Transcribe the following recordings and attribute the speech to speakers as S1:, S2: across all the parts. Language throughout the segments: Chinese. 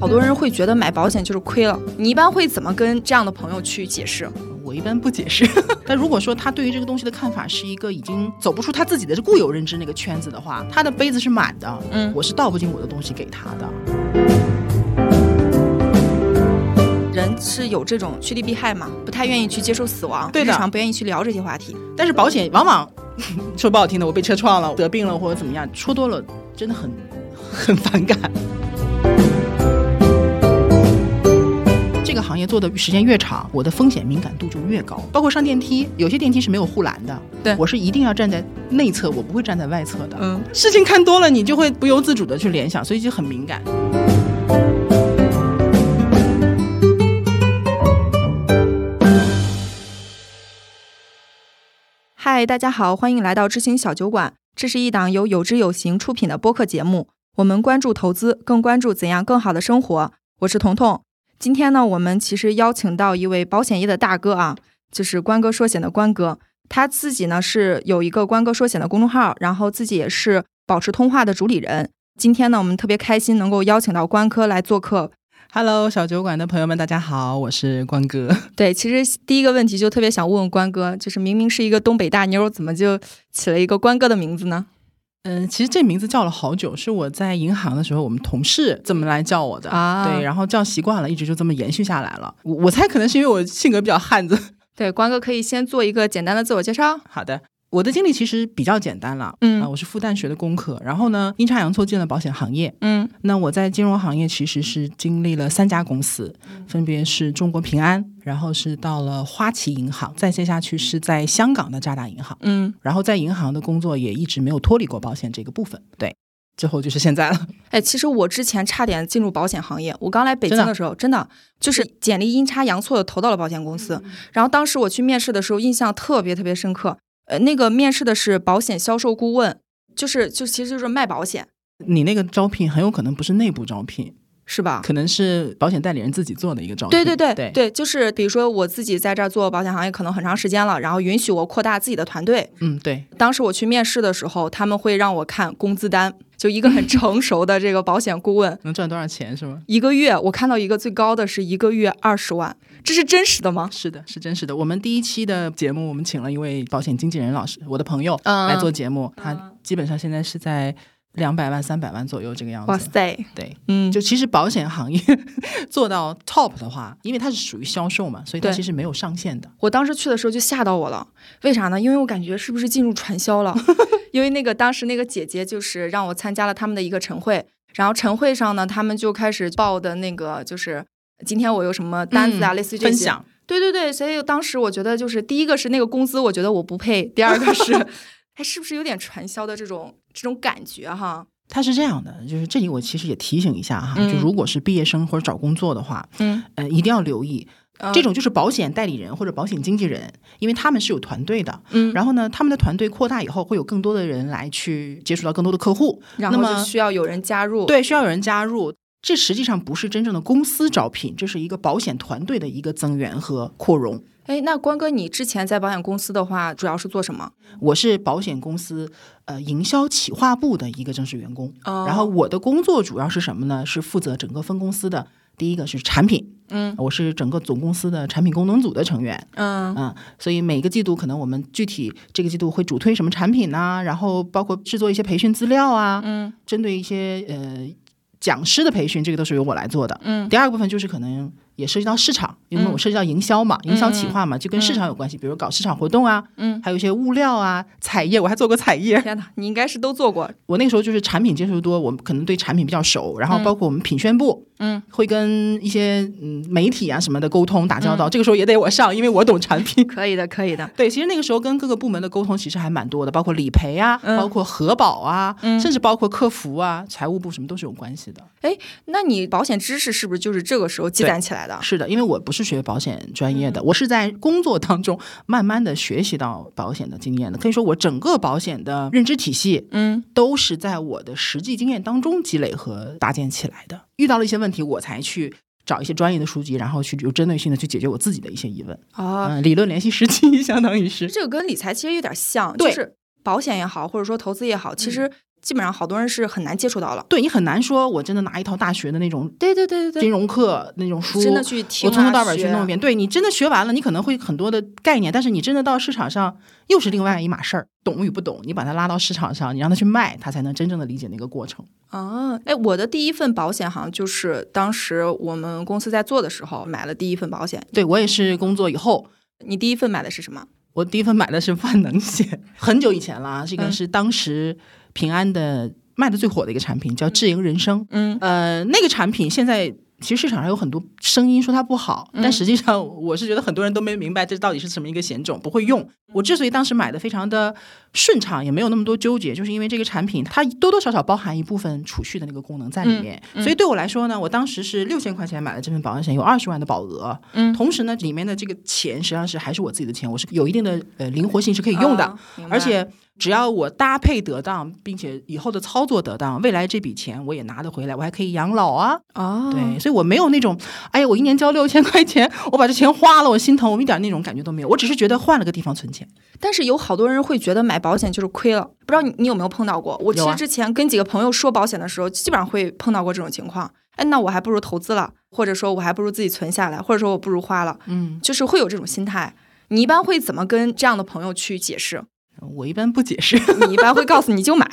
S1: 好多人会觉得买保险就是亏了。你一般会怎么跟这样的朋友去解释？
S2: 我一般不解释。 但如果说他对于这个东西的看法是一个已经走不出他自己的固有认知那个圈子的话，他的杯子是满的，
S1: 嗯
S2: 我是倒不进我的东西给他的。
S1: 人是有这种趋利避害嘛，不太愿意去接受死亡，
S2: 对的
S1: 日常不愿意去聊这些话题。
S2: 但是保险往往 说不好听的，我被车撞了，得病了或者怎么样，说多了真的很很反感。这个行业做的时间越长，我的风险敏感度就越高。包括上电梯，有些电梯是没有护栏的，
S1: 对
S2: 我是一定要站在内侧，我不会站在外侧的。
S1: 嗯，
S2: 事情看多了，你就会不由自主的去联想，所以就很敏感。
S1: 嗨，大家好，欢迎来到知行小酒馆。这是一档由有知有行出品的播客节目，我们关注投资，更关注怎样更好的生活。我是彤彤。今天呢，我们其实邀请到一位保险业的大哥啊，就是关哥说险的关哥。他自己呢是有一个关哥说险的公众号，然后自己也是保持通话的主理人。今天呢，我们特别开心能够邀请到关哥来做客，
S2: Hello，小酒馆的朋友们，大家好，我是 关哥。
S1: 对，其实第一个问题就特别想问问关哥，就是明明是一个东北大妞，怎么就起了一个关哥的名字呢？
S2: 嗯，其实这名字叫了好久，是我在银行的时候，我们同事这么来叫我的
S1: 啊
S2: 对，然后叫习惯了，一直就这么延续下来了。我我猜可能是因为我性格比较汉子。
S1: 对，关哥可以先做一个简单的自我介绍。
S2: 好的，我的经历其实比较简单了。
S1: 嗯
S2: 啊我是复旦学的工科，然后呢，阴差阳错进了保险行业。
S1: 嗯
S2: 那我在金融行业其实是经历了三家公司，
S1: 嗯
S2: 分别是中国平安，然后是到了花旗银行，再接下去是在香港的渣打银行。
S1: 嗯，
S2: 然后在银行的工作也一直没有脱离过保险这个部分。对，最后就是现在了。
S1: 哎，其实我之前差点进入保险行业，我刚来北京
S2: 真的嗯
S1: 的时候，真的就是简历阴差阳错的投到了保险公司。然后当时我去面试的时候，印象特别特别深刻。呃，那个面试的是保险销售顾问，就是就其实就是卖保险，
S2: 你那个招聘很有可能不是内部招聘，
S1: 是吧？
S2: 可能是保险代理人自己做的一个招聘。
S1: 对对对
S2: 对
S1: 就是比如说我自己在这儿做保险行业可能很长时间了，然后允许我扩大自己的团队。
S2: 嗯对，
S1: 当时我去面试的时候，他们会让我看工资单，就一个很 成熟的这个保险顾问，
S2: 能赚多少钱是吗？
S1: 一个月我看到一个最高的是一个月二十万，这是真实的吗？
S2: 是的，是真实的。我们第一期的节目，我们请了一位保险经纪人老师，我的朋友
S1: 嗯
S2: 来做节目，他基本上现在是在两百万、三百万左右这个样
S1: 哇
S2: 子。
S1: 塞，
S2: 对，
S1: 嗯，
S2: 就其实保险行业做到 top 的话，因为它是属于销售嘛，所以它
S1: 对嗯
S2: 其实没有上限的。
S1: 我当时去的时候就吓到我了，为啥呢？因为我感觉是不是进入传销 了？因为那个当时那个姐姐就是让我参加了他们的一个晨会，然后晨会上呢，他们就开始报的那个就是今天我有什么单子啊，
S2: 嗯
S1: 类似于这
S2: 分
S1: 些。
S2: 享，
S1: 对对对，所以当时我觉得就是第一个是那个工资，我觉得我不配；第二个 是，哎，是不是有点传销的这种这种感觉哈？
S2: 它是这样的，就是这里我其实也提醒一下哈，
S1: 嗯
S2: 就如果是毕业生或者找工作的话，
S1: 嗯，
S2: 呃，一定要留意，
S1: 嗯
S2: 这种就是保险代理人或者保险经纪人，因为他们是有团队的。
S1: 嗯
S2: 然后呢，他们的团队扩大以后，会有更多的人来去接触到更多的客户，
S1: 然
S2: 那
S1: 后
S2: 么
S1: 就需要有人加入。，
S2: 对，需要有人加入。这实际上不是真正的公司招聘，这是一个保险团队的一个增援和扩容。
S1: 哎，那关哥，你之前在保险公司的话，主要是做什么？
S2: 我是保险公司呃营销企划部的一个正式员工，
S1: 哦
S2: 然后我的工作主要是什么呢？是负责整个分公司的。第一个是产品，
S1: 嗯，
S2: 我是整个总公司的产品功能组的成员，
S1: 嗯
S2: 啊、所以每个季度可能我们具体这个季度会主推什么产品呐、然后包括制作一些培训资料啊，
S1: 嗯，
S2: 针对一些呃讲师的培训，这个都是由我来做的。
S1: 嗯
S2: 第二个部分就是可能也涉及到市场，因为我涉及到营销嘛，营销企划嘛，就跟市场有关系，比如搞市场活动啊，
S1: 嗯，
S2: 还有一些物料啊、采业，我还做过采业。
S1: 天哪，你应该是都做过。
S2: 我那个时候就是产品接触多，我们可能对产品比较熟，然后包括我们品宣部，
S1: 嗯，
S2: 会跟一些嗯媒体啊什么的沟通打交
S1: 嗯
S2: 道，这个时候也得我上，因为我懂产品。
S1: 可以的，可以的。
S2: 对，其实那个时候跟各个部门的沟通其实还蛮多的，包括理赔啊，包括核保啊，甚至包括客服啊、财务部什么都是有关系的。
S1: 哎，那你保险知识是不是就是这个时候积攒起来的？
S2: 是的，因为我不是学保险专业的，我是在工作当中慢慢的学习到保险的经验的。可以说，我整个保险的认知体系
S1: 嗯，
S2: 都是在我的实际经验当中积累和搭建起来的。遇到了一些问题，我才去。找一些专业的书籍，然后去有针对性的去解决我自己的一些疑问。
S1: 啊，
S2: 嗯，理论联系实 际，相当于是
S1: 这个跟理财其实有点像，就
S2: 对嗯
S1: 是保险也好，或者说投资也好，其实基本上好多人是很难接触到了。
S2: 对你很难说，我真的拿一套大学的那种
S1: 对对对对
S2: 金融课那种书，
S1: 真的去听、啊，
S2: 我从头到尾去
S1: 学
S2: 弄一遍。对你真的学完了，你可能会很多的概念，但是你真的到市场上又是另外一码事儿。懂与不懂，你把它拉到市场上，你让他去卖，他才能真正的理解那个过程。
S1: 啊，哎，我的第一份保险好像就是当时我们公司在做的时候买了第一份保险。
S2: 对我也是工作以后，
S1: 你第一份买的是什么？
S2: 我第一份买的是万能 险，很久以前了啊，这个
S1: 嗯
S2: 是当时平安的卖的最火的一个产品，叫智盈人生。
S1: 嗯
S2: 呃，那个产品现在其实市场上有很多声音说它不好，但实际上我是觉得很多人都没明白这到底是什么一个险种，不会用。我之所以当时买的非常的顺畅，也没有那么多纠结，就是因为这个产品它多多少少包含一部分储蓄的那个功能在里面。所以对我来说呢，我当时是六千块钱买了这份保险险，有二十万的保额。
S1: 嗯
S2: 同时呢，里面的这个钱实际上是还是我自己的钱，我是有一定的呃灵活性是可以用的。
S1: 啊明白
S2: 而且只要我搭配得当，并且以后的操作得当，未来这笔钱我也拿得回来，我还可以养老啊。
S1: 哦，
S2: 对，所以我没有那种，哎呀，我一年交六千块钱，我把这钱花了，我心疼，我一点那种感觉都没有。我只是觉得换了个地方存钱。
S1: 但是有好多人会觉得买保险就是亏了，不知道你你有没有碰到过？我其
S2: 有
S1: 实
S2: 啊
S1: 之前跟几个朋友说保险的时候，基本上会碰到过这种情况。哎，那我还不如投资了，或者说我还不如自己存下来，或者说我不如花了，
S2: 嗯，
S1: 就是会有这种心态。你一般会怎么跟这样的朋友去解释？
S2: 嗯我一般不解 释，
S1: 你一般会告诉你就 买，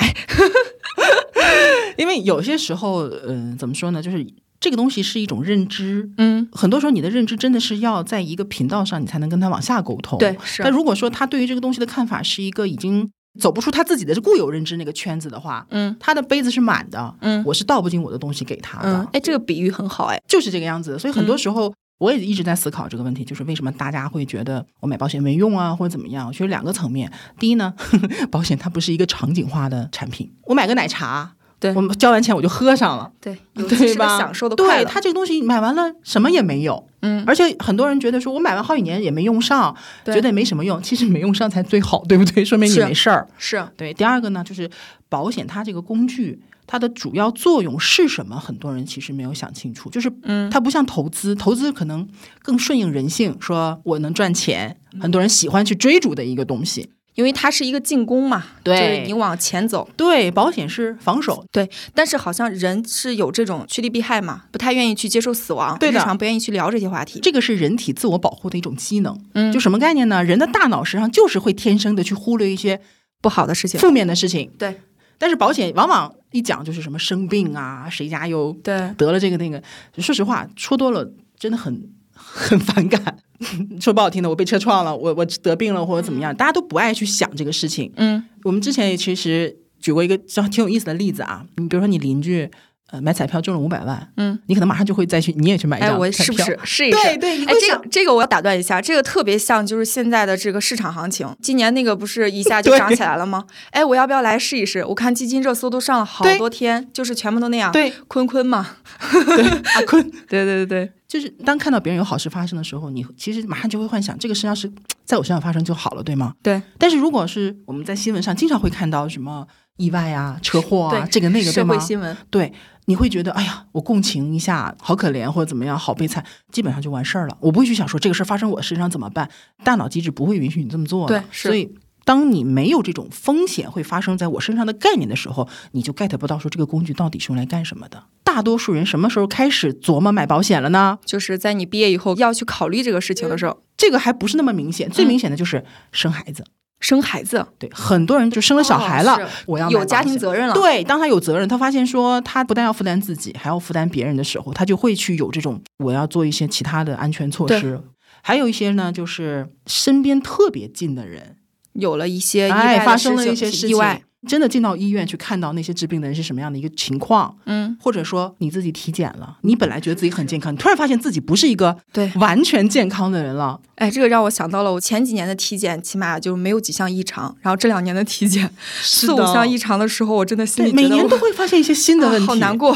S2: 因为有些时候，嗯、怎么说呢，就是这个东西是一种认知。
S1: 嗯，
S2: 很多时候，你的认知真的是要在一个频道上，你才能跟他往下沟通。
S1: 对，是
S2: 但，如果说他对于这个东西的看法是一个已经走不出他自己的固有认知那个圈子的话，
S1: 嗯
S2: 他的杯子是满的，
S1: 嗯
S2: 我是倒不进我的东西给他的，
S1: 嗯，哎，嗯这个比喻很好，哎，
S2: 就是这个样子。所以很多时候。我也一直在思考这个问题，就是为什么大家会觉得我买保险没用啊，或者怎么样？其实两个层面，第一呢， 保险它不是一个场景化的产品，我买个奶茶，
S1: 对
S2: 我交完钱我就喝上了，
S1: 对，有及
S2: 对
S1: 时的
S2: 吧？
S1: 享受的快
S2: 对
S1: 乐，
S2: 它这个东西买完了什么也没有，
S1: 嗯，
S2: 而且很多人觉得说我买完好几年也没用上，
S1: 对
S2: 觉得也没什么用，其实没用上才最好，对不对？说明你
S1: 是
S2: 没事儿。
S1: 是，
S2: 对，第二个呢，就是保险它这个工具，它的主要作用是什么？很多人其实没有想清楚，就是
S1: 嗯
S2: 它不像投资，投资可能更顺应人性，说我能赚钱，很多人喜欢去追逐的一个东西。
S1: 因为它是一个进攻嘛，
S2: 对
S1: 就是你往前走，
S2: 对，保险是防守，
S1: 对，但是好像人是有这种趋利避害嘛，不太愿意去接受死亡，
S2: 对
S1: 日
S2: 的
S1: 常不愿意去聊这些话题。
S2: 这个是人体自我保护的一种机能。
S1: 嗯
S2: 就什么概念呢？人的大脑实际上就是会天生的去忽略一些
S1: 不好的事情。
S2: 负面的事情，
S1: 对
S2: 但是保险往往一讲就是什么生病啊，谁家又
S1: 对，
S2: 得了这个那个。说实话，说多了真的很很反感。 说不好听的，我被车撞了，我我得病了或者怎么样，大家都不爱去想这个事情。
S1: 嗯
S2: 我们之前也其实举过一个这挺有意思的例子啊，你比如说你邻居呃买彩票中了五百万，
S1: 嗯，
S2: 你可能马上就会再去你也去买一
S1: 哎，
S2: 张
S1: 我
S2: 彩
S1: 是不
S2: 票
S1: 是试一试？
S2: 对对，你
S1: 哎
S2: 会，
S1: 这
S2: 想
S1: 个这个我要打断一下，这个特别像就是现在的这个市场行情，今年那个不是一下就
S2: 对
S1: 涨起来了吗？哎，我要不要来试一试？我看基金热搜都上了好
S2: 对
S1: 多天，就是全部都那样。，
S2: 对
S1: 坤坤嘛，
S2: 对阿坤，
S1: 对对对对，
S2: 就是当看到别人有好事发生的时候，你其实马上就会幻想这个实际上是在我身上发生就好了，对吗？
S1: 对。
S2: 但是如果是我们在新闻上经常会看到什么意外啊、车祸啊
S1: 对，
S2: 这个那个，对
S1: 社会
S2: 吗？
S1: 新闻，
S2: 对，你会觉得哎呀，我共情一下，好可怜或者怎么样，好悲惨，基本上就完事儿了。我不会去想说这个事儿发生我身上怎么办，大脑机制不会允许你这么做的。
S1: 对是
S2: 所以。当你没有这种风险会发生在我身上的概念的时候，你就 get 不到说这个工具到底是用来干什么的。大多数人什么时候开始琢磨买保险了呢？
S1: 就是在你毕业以后要去考虑这个事情的时候，
S2: 这个还不是那么明显，
S1: 嗯
S2: 最明显的就是生孩子。
S1: 生孩子
S2: 对，很多人就生了小孩
S1: 哦
S2: 了，
S1: 是
S2: 我要买
S1: 有家
S2: 保险
S1: 庭责任了。
S2: 对，当他有责任，他发现说他不但要负担自己，还要负担别人的时候，他就会去有这种我要做一些其他的安全措
S1: 对
S2: 施。还有一些呢，就是身边特别近的人，
S1: 有了一些意外
S2: 哎，
S1: 的
S2: 发生了
S1: 事
S2: 一些事情，
S1: 意外，
S2: 真的进到医院去看到那些治病的人是什么样的一个情况，
S1: 嗯，
S2: 或者说你自己体检了，你本来觉得自己很健康，你突然发现自己不是一个
S1: 对，
S2: 完全健康的人了，
S1: 哎，这个让我想到了我前几年的体检，起码就没有几项异常，然后这两年的体 检
S2: 四
S1: 四五项异常的时候，我真的心里
S2: 哦对，
S1: 觉
S2: 每
S1: 得
S2: 年
S1: 我
S2: 都会发现一些 新的
S1: 啊
S2: 问题，
S1: 好难过。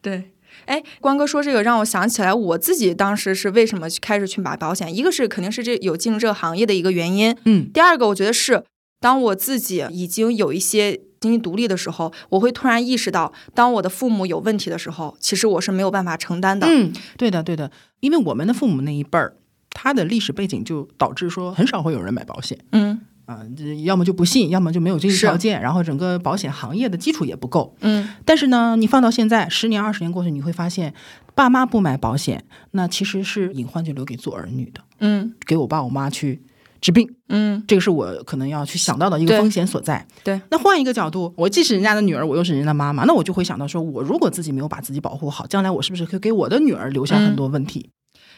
S1: 对，哎，关哥说这个让我想起来，我自己当时是为什么去开始去买保险，一个是肯定是这有进入这个行业的一个原因，
S2: 嗯，
S1: 第二个我觉得是当我自己已经有一些。经济独立的时候，我会突然意识到，当我的父母有问题的时候，其实我是没有办法承担的。
S2: 嗯，对的，对的，因为我们的父母那一辈儿，他的历史背景就导致说很少会有人买保险。
S1: 嗯
S2: 啊、这要么就不信，要么就没有这个
S1: 是
S2: 条件，然后整个保险行业的基础也不够。
S1: 嗯
S2: 但是呢，你放到现在，十年、二十年过去，你会发现，爸妈不买保险，那其实是隐患就留给做儿女的，
S1: 嗯
S2: 给我爸我妈去治病，
S1: 嗯，
S2: 这个是我可能要去想到的一个
S1: 对
S2: 风险所在。
S1: 对
S2: 那换一个角度，我既是人家的女儿，我又是人家的妈妈，那我就会想到说，我如果自己没有把自己保护好，将来我是不是会给我的女儿留
S1: 嗯
S2: 下很多问题？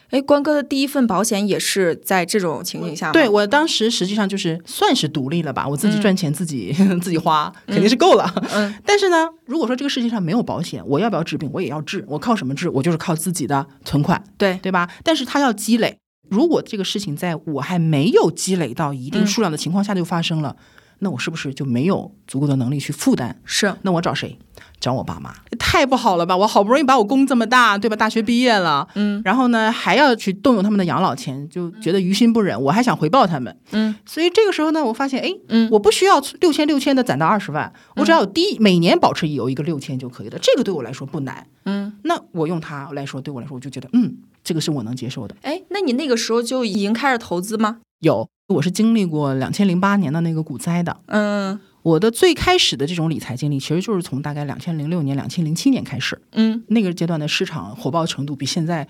S1: 哎，关哥的第一份保险也是在这种情景下吗，
S2: 对我当时实际上就是算是独立了吧，我自己赚钱自己、 自己花肯定是够了。
S1: 嗯
S2: 但是呢，如果说这个世界上没有保险，我要不要治病？我也要治，我靠什么治？我就是靠自己的存款，
S1: 对，
S2: 对吧？但是它要积累。如果这个事情在我还没有积累到一定
S1: 嗯
S2: 数量的情况下就发生了，那我是不是就没有足够的能力去负担
S1: 是
S2: 那我找谁？找我爸妈，太不好了吧！我好不容易把我供这么大，对吧？大学毕业了，
S1: 嗯，
S2: 然后呢还要去动用他们的养老钱，就觉得于心不忍。我还想回报他们，
S1: 嗯，
S2: 所以这个时候呢，我发现，哎，
S1: 嗯
S2: 我不需要六千六千的攒到二十万，我只要有第一每年保持有一个六千就可以了，这个对我来说不难。
S1: 嗯，
S2: 那我用它来说，对我来说，我就觉得，嗯，这个是我能接受的。
S1: 哎，那你那个时候就已经开始投资吗？
S2: 有，我是经历过两千零八年的那个股灾的，
S1: 嗯
S2: 我的最开始的这种理财经历，其实就是从大概两千零六年、两千零七年开始。
S1: 嗯，
S2: 那个阶段的市场火爆程度比现在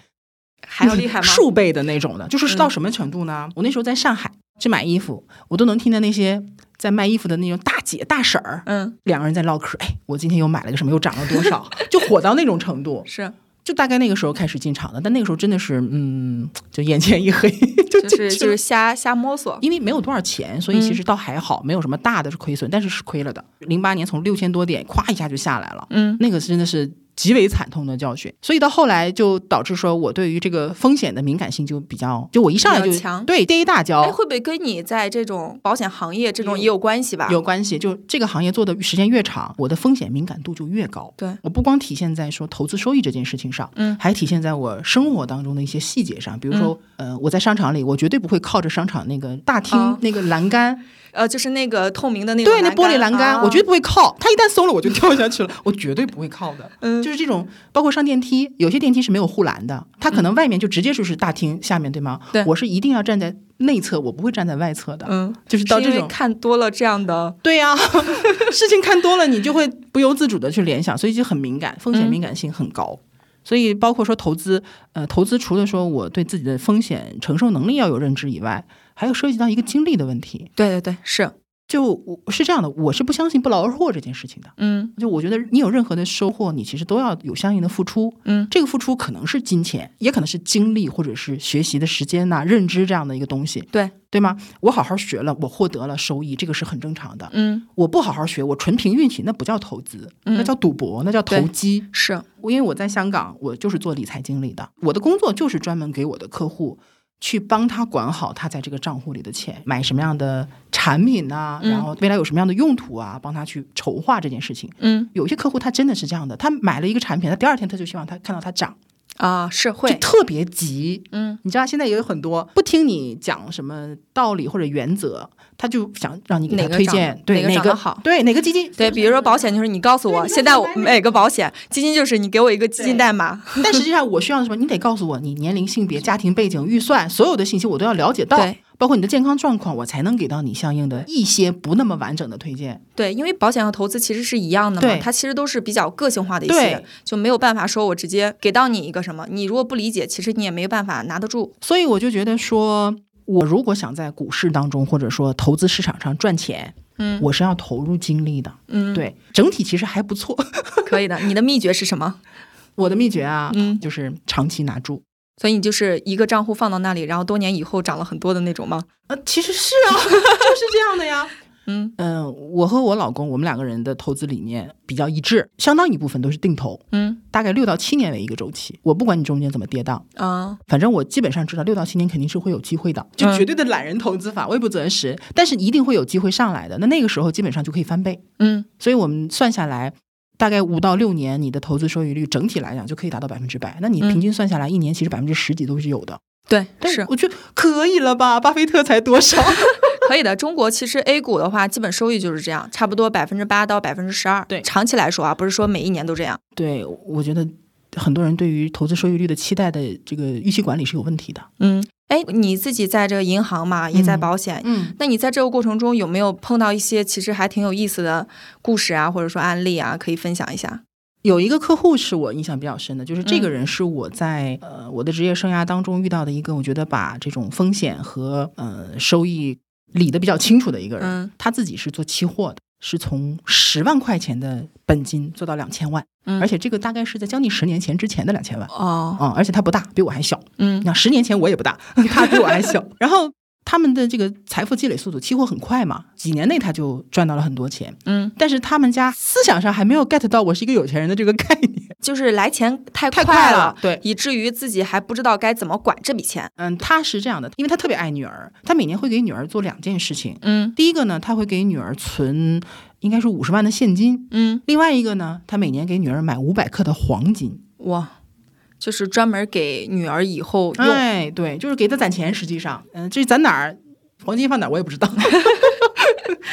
S1: 还要厉害吗？
S2: 数倍的那种的，就是
S1: 嗯
S2: 到什么程度呢？我那时候在上海去买衣服，我都能听到那些在卖衣服的那种大姐大婶儿，
S1: 嗯
S2: 两个人在唠嗑，哎，我今天又买了个什么，又涨了多 少，就火到那种程度，
S1: 是，
S2: 就大概那个时候开始进场的。但那个时候真的是，嗯，就眼前一黑， 就
S1: 就是
S2: 进去
S1: 就
S2: 了
S1: 是瞎瞎摸索，
S2: 因为没有多少钱，所以其
S1: 嗯
S2: 实倒还好，没有什么大的亏损，但是是亏了的。零八年从六千多点咵一下就下来了，
S1: 嗯
S2: 那个真的是极为惨痛的教训。所以到后来就导致说我对于这个风险的敏感性就比较，就我一上来
S1: 比
S2: 就
S1: 较强
S2: 对跌一大
S1: 哎，
S2: 跤。
S1: 会不会跟你在这种保险行业这种
S2: 有
S1: 也有关系吧？
S2: 有关系，就这个行业做的时间越长，我的风险敏感度就越高。
S1: 对，
S2: 我不光体现在说投资收益这件事情上，
S1: 嗯
S2: 还体现在我生活当中的一些细节上，比如说，呃，我在商场里，我绝对不会靠着商场那个大厅、
S1: 嗯哦
S2: 那个栏杆
S1: 呃，就是那个啊透明的那种
S2: 对，那玻璃栏杆，我绝对
S1: 得
S2: 不会靠。它一旦松了，我就掉下去了，我绝对不会靠的。
S1: 嗯
S2: 就是这种，包括上电梯，有些电梯是没有护栏的，它可能外面就直接就是大厅下面，对吗？
S1: 嗯对
S2: 我是一定要站在内侧，我不会站在外侧的。
S1: 嗯，
S2: 就是到
S1: 是因
S2: 这
S1: 为
S2: 种，
S1: 看多了这样的，
S2: 对呀、事情看多了，你就会不由自主的去联想，所以就很敏感，风
S1: 嗯
S2: 险敏感性很高。所以，包括说投资，呃，投资除了说我对自己的风险承受能力要有认知以外，还有涉及到一个精力的问题。
S1: 对对对，是，
S2: 就我是这样的，我是不相信不劳而获这件事情的。
S1: 嗯
S2: 就我觉得你有任何的收获，你其实都要有相应的付出。
S1: 嗯
S2: 这个付出可能是金钱，也可能是精力，或者是学习的时间呐、认知这样的一个东西，
S1: 对，
S2: 对吗？我好好学了，我获得了收益，这个是很正常的。
S1: 嗯
S2: 我不好好学，我纯凭运气，那不叫投资，
S1: 嗯
S2: 那叫赌博，那叫投
S1: 对
S2: 机。
S1: 是，
S2: 我因为我在香港，我就是做理财经理的，我的工作就是专门给我的客户去帮他管好他在这个账户里的钱，买什么样的产品啊，
S1: 嗯
S2: 然后未来有什么样的用途啊，帮他去筹划这件事情。
S1: 嗯
S2: 有些客户他真的是这样的，他买了一个产品，他第二天他就希望他看到它涨，
S1: 啊是
S2: 就
S1: 会，
S2: 特别急。
S1: 嗯
S2: 你知道现在也有很多不听你讲什么道理或者原则，他就想让你给
S1: 哪
S2: 他
S1: 个
S2: 推
S1: 涨
S2: 荐，
S1: 哪
S2: 对
S1: 个
S2: 哪
S1: 涨
S2: 个
S1: 得好
S2: 对哪个基金，
S1: 对，比如说保险就是你告诉我，
S2: 对你
S1: 现在
S2: 告诉
S1: 我
S2: 我买哪
S1: 每个保险基金就是你给我一个基金
S2: 对
S1: 代码，
S2: 但实际上，我需要的是什么？你得告诉我你年龄、性别、家庭背景、预算，所有的信息我都要了解到
S1: 对，
S2: 包括你的健康状况，我才能给到你相应的一些不那么完整的推荐。
S1: 对，因为保险和投资其实是一样的嘛
S2: 对，
S1: 它其实都是比较个性化的一些
S2: 对，
S1: 就没有办法说我直接给到你一个什么，你如果不理解，其实你也没办法拿得住。
S2: 所以我就觉得说，我如果想在股市当中，或者说投资市场上赚钱，
S1: 嗯
S2: 我是要投入精力的。
S1: 嗯，，
S2: 对，整体其实还不错。
S1: 可以的。你的秘诀是什么？
S2: 我的秘诀啊，
S1: 嗯
S2: 就是长期拿住。
S1: 所以你就是一个账户放到那里，然后多年以后涨了很多的那种吗？
S2: 呃，其实是啊， 就是这样的呀。
S1: 嗯
S2: 嗯、我和我老公，我们两个人的投资理念比较一致，相当一部分都是定投。
S1: 嗯
S2: 大概六到七年为一个周期。我不管你中间怎么跌宕，
S1: 啊
S2: 反正我基本上知道六到七年肯定是会有机会的，就
S1: 嗯
S2: 绝对的懒人投资法，微不择时，但是一定会有机会上来的。那那个时候基本上就可以翻倍，
S1: 嗯
S2: 所以我们算下来。大概五到六年，你的投资收益率整体来讲就可以达到百分之百。那你
S1: 嗯
S2: 平均算下来，一年其实百分之十几都是有的。
S1: 对，
S2: 但
S1: 是
S2: 我觉得可以了吧？巴菲特才多少？
S1: 可以的。中国其实 A 股的话，基本收益就是这样，差不多百分之八到百分之十二。
S2: 对
S1: 长期来说啊，不是说每一年都这样。
S2: 对，我觉得很多人对于投资收益率的期待的这个预期管理是有问题的。
S1: 嗯，哎，你自己在这个银行嘛，也在保险，
S2: 嗯，
S1: 那你在这个过程中有没有碰到一些其实还挺有意思的故事啊，或者说案例啊，可以分享一下？
S2: 有一个客户是我印象比较深的，就是这个
S1: 嗯
S2: 人是我在、呃我的职业生涯当中遇到的一个，我觉得把这种风险和呃收益理得比较清楚的一个人。
S1: 嗯
S2: 他自己是做期货的，是从十万块钱的本金做到两千万，
S1: 嗯
S2: 而且这个大概是在将近十年前之前的两千万。
S1: 哦，
S2: 啊、而且他不大，比我还小。
S1: 嗯
S2: 那十年前我也不大， 他比我还 小。然后他们的这个财富积累速度，期货很快嘛，几年内他就赚到了很多钱。
S1: 嗯，
S2: 但是他们家思想上还没有 get 到我是一个有钱人的这个概念，
S1: 就是来钱太
S2: 太
S1: 快
S2: 快了。对，
S1: 以至于自己还不知道该怎么管这笔钱。
S2: 嗯，他是这样的，因为他特别爱女儿，他每年会给女儿做两件事情。
S1: 嗯
S2: 第一个呢，他会给女儿存应该是五十万的现金；
S1: 嗯，
S2: 另外一个呢，他每年给女儿买五百克的黄金。
S1: 哇，就是专门给女儿以后用。
S2: 哎，对，就是给他攒钱。实际上，嗯、这攒哪儿，黄金放哪儿我也不知道，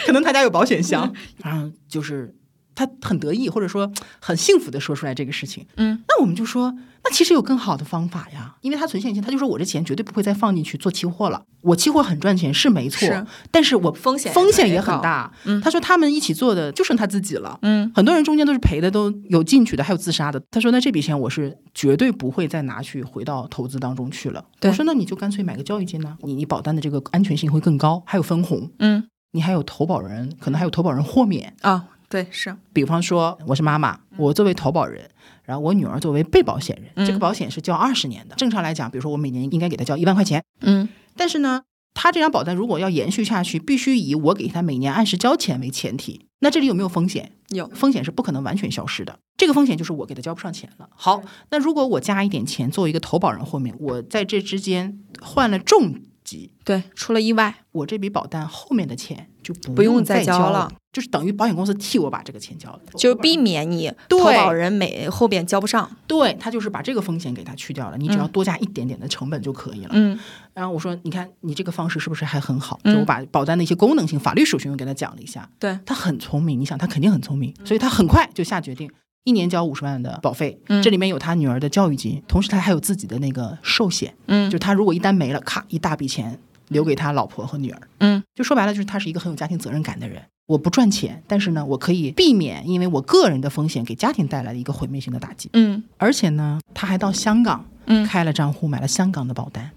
S2: 可能他家有保险箱。
S1: 嗯
S2: 然后就是他很得意，或者说很幸福的说出来这个事情。
S1: 嗯，
S2: 那我们就说，那其实有更好的方法呀，因为他存现金，他就说我这钱绝对不会再放进去做期货了。我期货很赚钱是没错，
S1: 是
S2: 但是我
S1: 风险
S2: 风险
S1: 也
S2: 也
S1: 高
S2: 很大。
S1: 嗯
S2: 他说他们一起做的就剩他自己了。
S1: 嗯
S2: 很多人中间都是赔的，都有进去的，还有自杀的。他说：“那这笔钱我是绝对不会再拿去回到投资当中去了。”
S1: 对
S2: 我说：“那你就干脆买个交易金呢、你你保单的这个安全性会更高，还有分红，
S1: 嗯
S2: 你还有投保人，可能还有投保人豁免。
S1: 哦，对，是
S2: 比方说，我是妈妈，我作为投保人，然后我女儿作为被保险人，
S1: 嗯
S2: 这个保险是交二十年的。正常来讲，比如说我每年应该给她交一万块钱，
S1: 嗯
S2: 但是呢，他这张保单如果要延续下去，必须以我给他每年按时交钱为前提。那这里有没有风险？
S1: 有
S2: 风险是不可能完全消失的。这个风险就是我给他交不上钱了。好，那如果我加一点钱作为一个投保人后面，我在这之间患了重疾，
S1: 对，出了意外。
S2: 我这笔保单后面的钱就不
S1: 不用再
S2: 再
S1: 交
S2: 了
S1: 了，
S2: 就是等于保险公司替我把这个钱交了，
S1: 就是避免你投
S2: 对
S1: 保人每后边交不上。
S2: 对他就是把这个风险给他去掉了，你只要
S1: 嗯
S2: 多加一点点的成本就可以了。
S1: 嗯
S2: 然后我说，你看你这个方式是不是还很好？
S1: 嗯
S2: 就我把保单的一些功能性、法律属性又给他讲了一下。
S1: 对
S2: 他很聪明，你想他肯定很聪明，所以他很快就下决定，一年交五十万的保费，
S1: 嗯
S2: 这里面有他女儿的教育金，同时他还有自己的那个寿险，
S1: 嗯
S2: 就他如果一旦没了，咔一大笔钱留给他老婆和女儿。
S1: 嗯
S2: 就说白了，就是他是一个很有家庭责任感的人。我不赚钱，但是呢，我可以避免因为我个人的风险给家庭带来的一个毁灭性的打击。
S1: 嗯
S2: 而且呢，他还到香港
S1: 嗯
S2: 开了账户，买了香港的保单。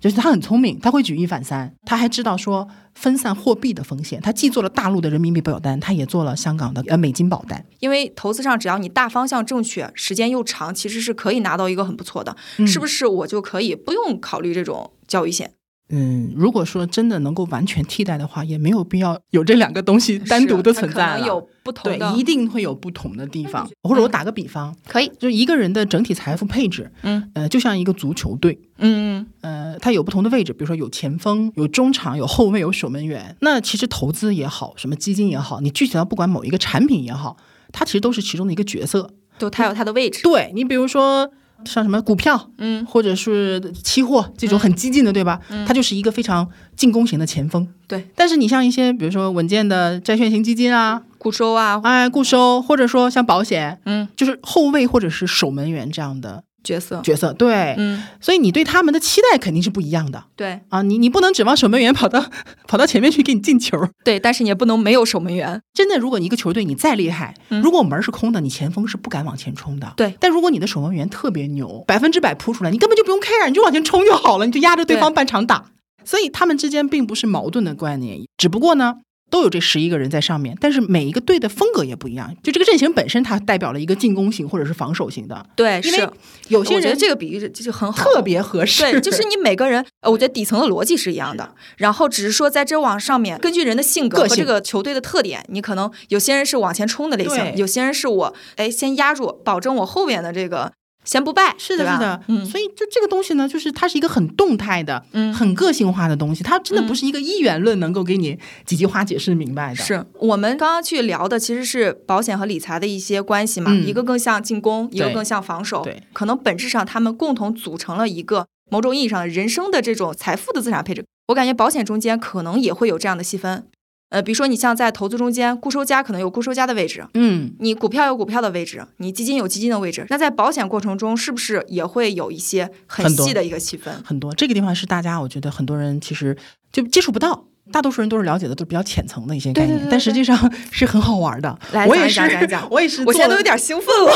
S2: 就是他很聪明，他会举一反三，他还知道说分散货币的风险。他既做了大陆的人民币保单，他也做了香港的呃美金保单。
S1: 因为投资上只要你大方向正确，时间又长，其实是可以拿到一个很不错的，是不
S2: 是？
S1: 是？我就可以不用考虑这种教育险。
S2: 嗯，如果说真的能够完全替代的话，也没有必要有这两个东西单独的
S1: 是
S2: 存
S1: 它
S2: 在
S1: 可
S2: 了。
S1: 能有不同的
S2: 对，一定会有不同的地方。或者我打个比方，
S1: 可以。
S2: 就是一个人的整体财富配置，
S1: 嗯
S2: 呃，就像一个足球队，
S1: 嗯
S2: 呃，它有不同的位置，比如说有前锋、有中场、有后卫、有守门员。那其实投资也好，什么基金也好，你具体到不管某一个产品也好，它其实都是其中的一个角色。
S1: 就它有它的位置。
S2: 对你，比如说像什么股票，
S1: 嗯，
S2: 或者是期货这种很激进的，对吧？它就是一个非常进攻型的前锋。
S1: 对，
S2: 但是你像一些比如说稳健的债券型基金啊，
S1: 固收啊，
S2: 哎，固收，或者说像保险，
S1: 嗯，
S2: 就是后卫或者是守门员这样的
S1: 角色。
S2: 角色。对，
S1: 嗯，
S2: 所以你对他们的期待肯定是不一样的。
S1: 对
S2: 啊，你你不能指望守门员跑到 跑到前面去给你进球。
S1: 对，但是你也不能没有守门员。
S2: 真的，如果你一个球队你再厉害，
S1: 嗯
S2: 如果门是空的，你前锋是不敢往前冲的。
S1: 对
S2: 但如果你的守门员特别牛，百分之百扑出来，你根本就不用 care，你就往前冲就好了，你就压着对方半场打。所以他们之间并不是矛盾的观念，只不过呢，都有这十一个人在上面，但是每一个队的风格也不一样。就这个阵型本身，它代表了一个进攻型或者是防守型的，
S1: 对，
S2: 因为
S1: 是。
S2: 有
S1: 我
S2: 些
S1: 觉得
S2: 人
S1: 这个比喻就就很好。
S2: 特别合适。
S1: 对，就是你每个人，呃，我觉得底层的逻辑是一样的，然后只是说在这往上面，根据人的性格
S2: 个
S1: 和这
S2: 性
S1: 个球队的特点，你可能有些人是往前冲的类型
S2: 对，
S1: 有些人是我哎先压住，保证我后边的这个先不败，
S2: 是的，
S1: 对吧
S2: 是的，
S1: 嗯
S2: 所以就这个东西呢，就是它是一个很动态的、
S1: 嗯
S2: 很个性化的东西，它真的
S1: 嗯
S2: 不是一个一元论能够给你几句话解释明白的。，
S1: 是我们刚刚去聊的，其实是保险和理财的一些关系嘛，
S2: 嗯
S1: 一个更像进攻，一个
S2: 对
S1: 更像防守，
S2: 对，
S1: 可能本质上他们共同组成了一个某种意义上人生的这种财富的资产配置。我感觉保险中间可能也会有这样的细分，呃，比如说你像在投资中间，固收加可能有固收加的位置，
S2: 嗯，
S1: 你股票有股票的位置，你基金有基金的位置。那在保险过程中，是不是也会有一些很
S2: 很多
S1: 细的一个细分？
S2: 很多这个地方是大家我觉得很多人其实就接触不到。大多数人都是了解的，都是比较浅层的一些概念，
S1: 对对对
S2: 但实际上是很好玩的。
S1: 来
S2: 我也是
S1: 讲一讲讲一讲
S2: 我也是，
S1: 我现在都有，点兴奋了。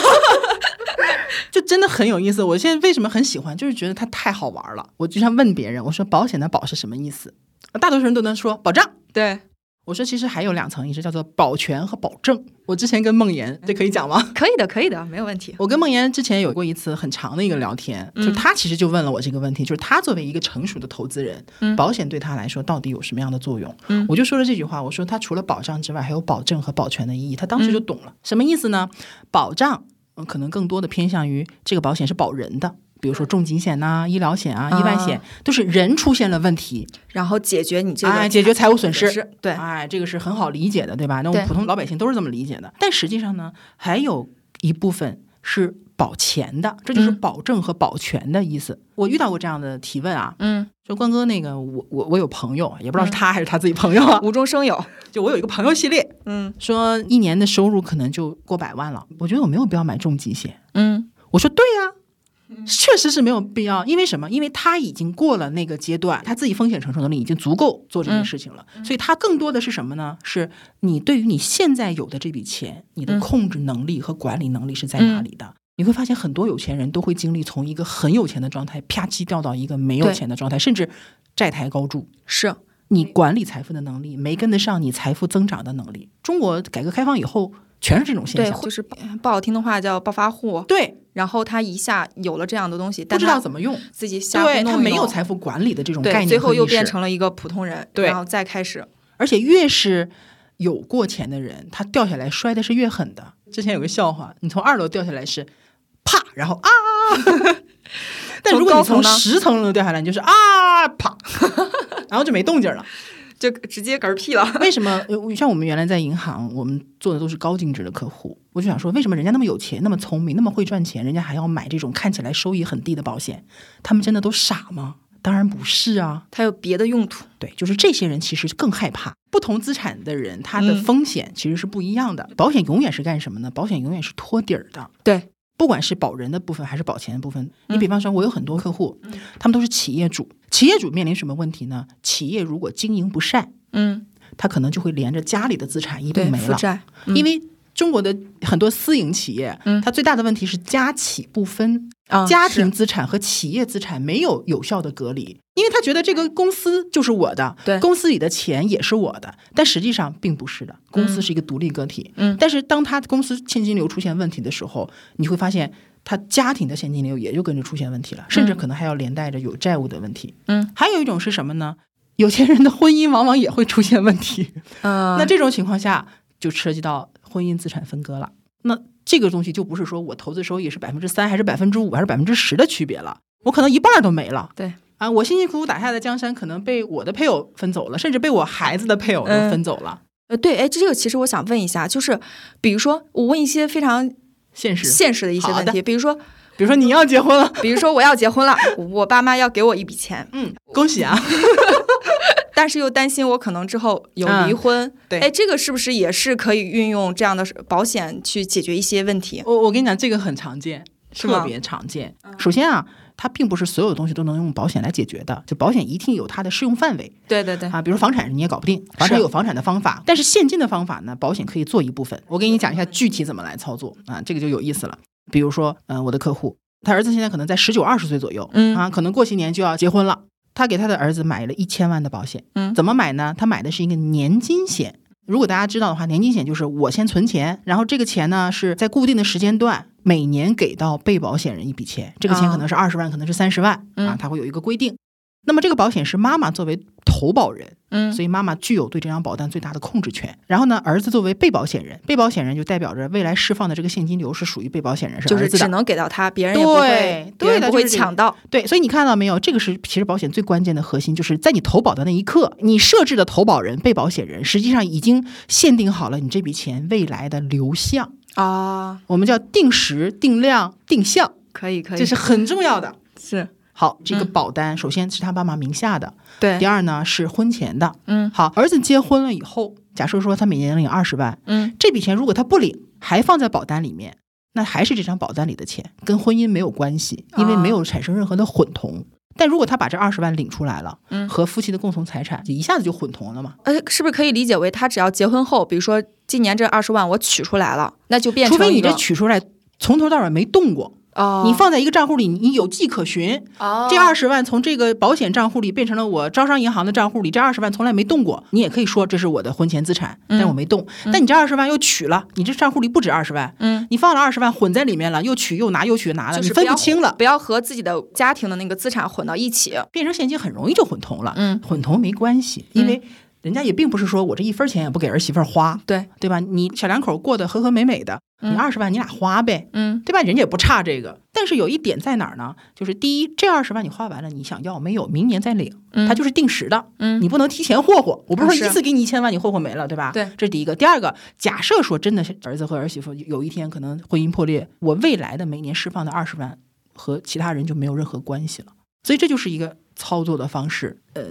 S2: 就真的很有意思。我现在为什么很喜欢，就是觉得它太好玩了。我就像问别人，我说保险的保是什么意思？大多数人都能说保障，
S1: 对，
S2: 我说其实还有两层意识，叫做保全和保证。我之前跟梦妍，这可以讲吗？
S1: 可以的，可以的，没有问题。
S2: 我跟梦妍之前有过一次很长的一个聊天，
S1: 嗯
S2: 就她其实就问了我这个问题，就是她作为一个成熟的投资人，
S1: 嗯
S2: 保险对她来说到底有什么样的作用？
S1: 嗯
S2: 我就说了这句话，我说她除了保障之外，还有保证和保全的意义。她当时就懂了，什么意思呢？保障、呃可能更多的偏向于这个保险是保人的。比如说重疾险呐、医疗险啊、意外险，都是人出现了问题，
S1: 然后解决你这个
S2: 哎，解决财务损失，
S1: 损失对
S2: 哎，这个是很好理解的，对吧？那我
S1: 对
S2: 们普通老百姓都是这么理解的。但实际上呢，还有一部分是保钱的，这就是
S1: 嗯
S2: 保证和保全的意思。我遇到过这样的提问啊，
S1: 嗯，
S2: 说关哥，那个我我我有朋友，也不知道是他还是他自己朋友啊，
S1: 无中生有。
S2: 就我有一个朋友系列，
S1: 嗯
S2: 说一年的收入可能就过百万了，我觉得我没有必要买重疾险。
S1: 嗯
S2: 我说对呀、确实是没有必要，因为什么？因为他已经过了那个阶段，他自己风险承受能力已经足够做这件事情了，
S1: 嗯
S2: 所以他更多的是什么呢？是你对于你现在有的这笔钱，你的
S1: 嗯
S2: 控制能力和管理能力是在哪里的？你会发现，很多有钱人都会经历从一个很有钱的状态啪叽掉到一个没有
S1: 对
S2: 钱的状态，甚至债台高筑。
S1: 是，
S2: 你管理财富的能力没跟得上你财富增长的能力。中国改革开放以后，全是这种现
S1: 对，
S2: 象。
S1: 就是不不好听的话叫暴发户。
S2: 对，
S1: 然后他一下有了这样的东西，
S2: 不
S1: 但
S2: 知道
S1: 他
S2: 怎么用。
S1: 自己瞎
S2: 对
S1: 胡弄
S2: 他
S1: 一
S2: 没有
S1: 弄
S2: 财富管理的这种概
S1: 对，
S2: 念，
S1: 最后又变，成了一个普通人，
S2: 对
S1: 然后再开始
S2: 而且越是有过钱的人，他掉下来摔的是越狠的。之前有个笑话，你从二楼掉下来是啪，然后啊， 但如果
S1: 从
S2: 你
S1: 高
S2: 从
S1: 层呢
S2: 十层楼掉下来，你就是啊啪， 然后就没动静了。
S1: 就直接嗝屁 了。
S2: 为什么？呃像我们原来在银行，我们做的都是高净值的客户，我就想说，为什么人家那么有钱、那么聪明、那么会赚钱，人家还要买这种看起来收益很低的保险？他们真的都傻吗？当然不是啊。
S1: 它有别的用途，
S2: 对，就是这些人其实更害怕。不同资产的人，他的
S1: 嗯
S2: 风险其实是不一样的。保险永远是干什么呢？保险永远是托底儿的。
S1: 对，
S2: 不管是保人的部分还是保钱的部分，你
S1: 嗯
S2: 比方说，我有很多客户，他们都是企业主。企业主面临什么问题呢？企业如果经营不善，
S1: 嗯，
S2: 他可能就会连着家里的资产一
S1: 对
S2: 并，没
S1: 负
S2: 了。
S1: 债，嗯
S2: 因为中国的很多私营企业，
S1: 嗯
S2: 它最大的问题是家企不分，
S1: 啊
S2: 家庭资产和企业资产没有有效的隔离，因为他觉得这个公司就是我的，
S1: 对
S2: 公司里的钱也是我的，但实际上并不是的，公司是一个独立个体，
S1: 嗯
S2: 但是当他公司现金流出现问题的时候，你会发现。他家庭的现金流也就跟着出现问题了，甚至可能还要连带着有债务的问题。
S1: 嗯，
S2: 还有一种是什么呢？有钱人的婚姻往往也会出现问题。
S1: 嗯，
S2: 那这种情况下就涉及到婚姻资产分割了。那这个东西就不是说我投资收益是百分之三，还是百分之五，还是百分之十的区别了，我可能一半儿都没了。
S1: 对
S2: 啊，我辛辛苦苦打下的江山，可能被我的配偶分走了，甚至被我孩子的配偶都
S1: 嗯
S2: 分走了。
S1: 呃对，哎，这个其实我想问一下，就是比如说我问一些非常
S2: 现实，
S1: 现实的一些
S2: 好
S1: 问
S2: 的
S1: 题，比如说，
S2: 比如说你要结婚了，
S1: 比如说我要结婚了，我爸妈要给我一笔钱，
S2: 嗯，恭喜啊，
S1: 但是又担心我可能之后有
S2: 嗯
S1: 离婚，
S2: 对
S1: 哎，这个是不是也是可以运用这样的保险去解决一些问题？
S2: 我我跟你讲，这个很常见，
S1: 是吗嗯
S2: 特别常见。首先啊，它并不是所有东西都能用保险来解决的，就保险一定有它的适用范围。
S1: 对对对，
S2: 啊，比如房产你也搞不定，房产有房产的方法，但是现金的方法呢，保险可以做一部分。我给你讲一下具体怎么来操作啊，这个就有意思了。比如说，嗯、我的客户，他儿子现在可能在十九二十岁左右，
S1: 嗯
S2: 啊，可能过些年就要结婚了。他给他的儿子买了一千万的保险，
S1: 嗯
S2: 怎么买呢？他买的是一个年金险。如果大家知道的话，年金险就是我先存钱，然后这个钱呢是在固定的时间段每年给到被保险人一笔钱，这个钱
S1: 啊
S2: 可能是二十万，可能是三十万、
S1: 嗯
S2: 啊，他会有一个规定。那么这个保险是妈妈作为投保人，
S1: 嗯
S2: 所以妈妈具有对这张保单最大的控制权。然后呢，儿子作为被保险人，被保险人就代表着未来释放的这个现金流是属于被保险人，是
S1: 就
S2: 儿
S1: 是
S2: 子
S1: 只
S2: 的。
S1: 能给到他，别人也不会
S2: 对，
S1: 别人
S2: 对的
S1: 不会
S2: 就是这个
S1: 抢到。
S2: 对，所以你看到没有，这个是其实保险最关键的核心，就是在你投保的那一刻，你设置的投保人、被保险人，实际上已经限定好了你这笔钱未来的流向，
S1: 啊，
S2: 我们叫定时、定量、定向，
S1: 可以可以，
S2: 这是很重要的。
S1: 是
S2: 好，这个
S1: 嗯
S2: 保单首先是他爸妈名下的，
S1: 对
S2: 第，二呢是婚前的，
S1: 嗯
S2: 好，儿子结婚了以后，假设说他每年领二十万，
S1: 嗯
S2: 这笔钱如果他不领，还放在保单里面，那还是这张保单里的钱，跟婚姻没有关系，因为
S1: 啊
S2: 没有产生任何的混同。但如果他把这二十万领出来了，
S1: 嗯
S2: 和夫妻的共同财产一下子就混同了嘛？
S1: 呃，是不是可以理解为他只要结婚后，比如说今年这二十万我取出来了，那就变
S2: 除
S1: 成
S2: 非
S1: 一
S2: 你
S1: 个
S2: 这取出来从头到尾没动过，
S1: 哦，
S2: 你放在一个账户里，你有迹可循。
S1: 哦
S2: 这二十万从这个保险账户里变成了我招商银行的账户里，这二十万从来没动过。你也可以说这是我的婚前资产，但
S1: 嗯
S2: 我没动。但你这二十万又取了，你这账户里不止二十万，
S1: 嗯，
S2: 你放了二十万混在里面了，又取又拿又取又拿了，
S1: 就
S2: 你
S1: 是
S2: 分
S1: 要
S2: 不清了，
S1: 不要和自己的家庭的那个资产混到一起。
S2: 变成现金很容易就混同了。
S1: 嗯，
S2: 混同没关系，因为人家也并不是说我这一分钱也不给儿媳妇儿花，
S1: 对，
S2: 对吧？你小两口过得和和美美的，你二十万你俩花呗，
S1: 嗯
S2: 对吧？人家也不差这个。但是有一点在哪儿呢？就是第一，这二十万你花完了，你想要没有，明年再领，
S1: 嗯
S2: 它就是定时的，
S1: 嗯啊
S2: 你不能提前霍霍。我不是
S1: 是
S2: 说一次给你一千万，你霍霍没了，对吧？
S1: 对
S2: 这是第一个。第二个，假设说真的是儿子和儿媳妇有一天可能婚姻破裂，我未来的每年释放的二十万和其他人就没有任何关系了。所以这就是一个操作的方式。呃，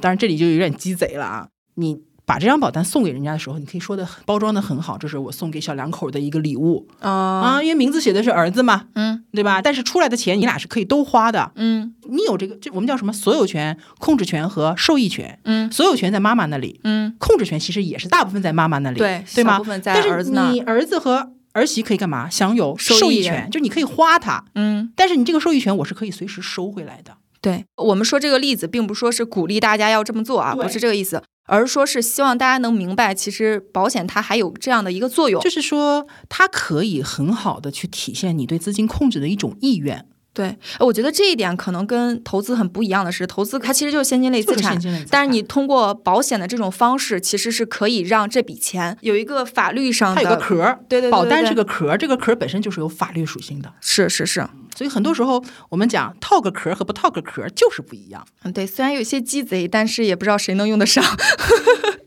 S2: 当然这里就有点鸡贼了啊，你。把这张保单送给人家的时候，你可以说的包装的很好，这是我送给小两口的一个礼物
S1: 啊
S2: 啊，因为名字写的是儿子嘛，
S1: 嗯
S2: 对吧？但是出来的钱你俩是可以都花的，
S1: 嗯
S2: 你有这个，这我们叫什么？所有权、控制权和受益权。
S1: 嗯
S2: 所有权在妈妈那里，
S1: 嗯，
S2: 控制权其实也是大部分在妈妈那里，
S1: 对
S2: 对
S1: 小
S2: 吗
S1: 部？分在
S2: 但
S1: 儿
S2: 是
S1: 子那
S2: 你。儿子和儿媳可以干嘛？享有
S1: 受益
S2: 受益
S1: 人
S2: 权，就你可以花它，
S1: 嗯，
S2: 但是你这个受益权我是可以随时收回来的。
S1: 对我们说这个例子，并不是说是鼓励大家要这么做啊，
S2: 对
S1: 不是这个意思，而是说是希望大家能明白，其实保险它还有这样的一个作用。
S2: 就是说，它可以很好的去体现你对资金控制的一种意愿，
S1: 对，呃我觉得这一点可能跟投资很不一样的是，投资它其实就是现金类资
S2: 就是
S1: 产
S2: 现，金类资产。
S1: 但是你通过保险的这种方式，其实是可以让这笔钱有一个法律上
S2: 它
S1: 的
S2: 有个壳儿，
S1: 对对对
S2: 保
S1: 对
S2: 单
S1: 对
S2: 是个壳儿，这个壳儿本身就是有法律属性的。
S1: 是是是，
S2: 所以很多时候我们讲套个壳和不套个壳就是不一样。
S1: 嗯，对，虽然有些鸡贼，但是也不知道谁能用得上，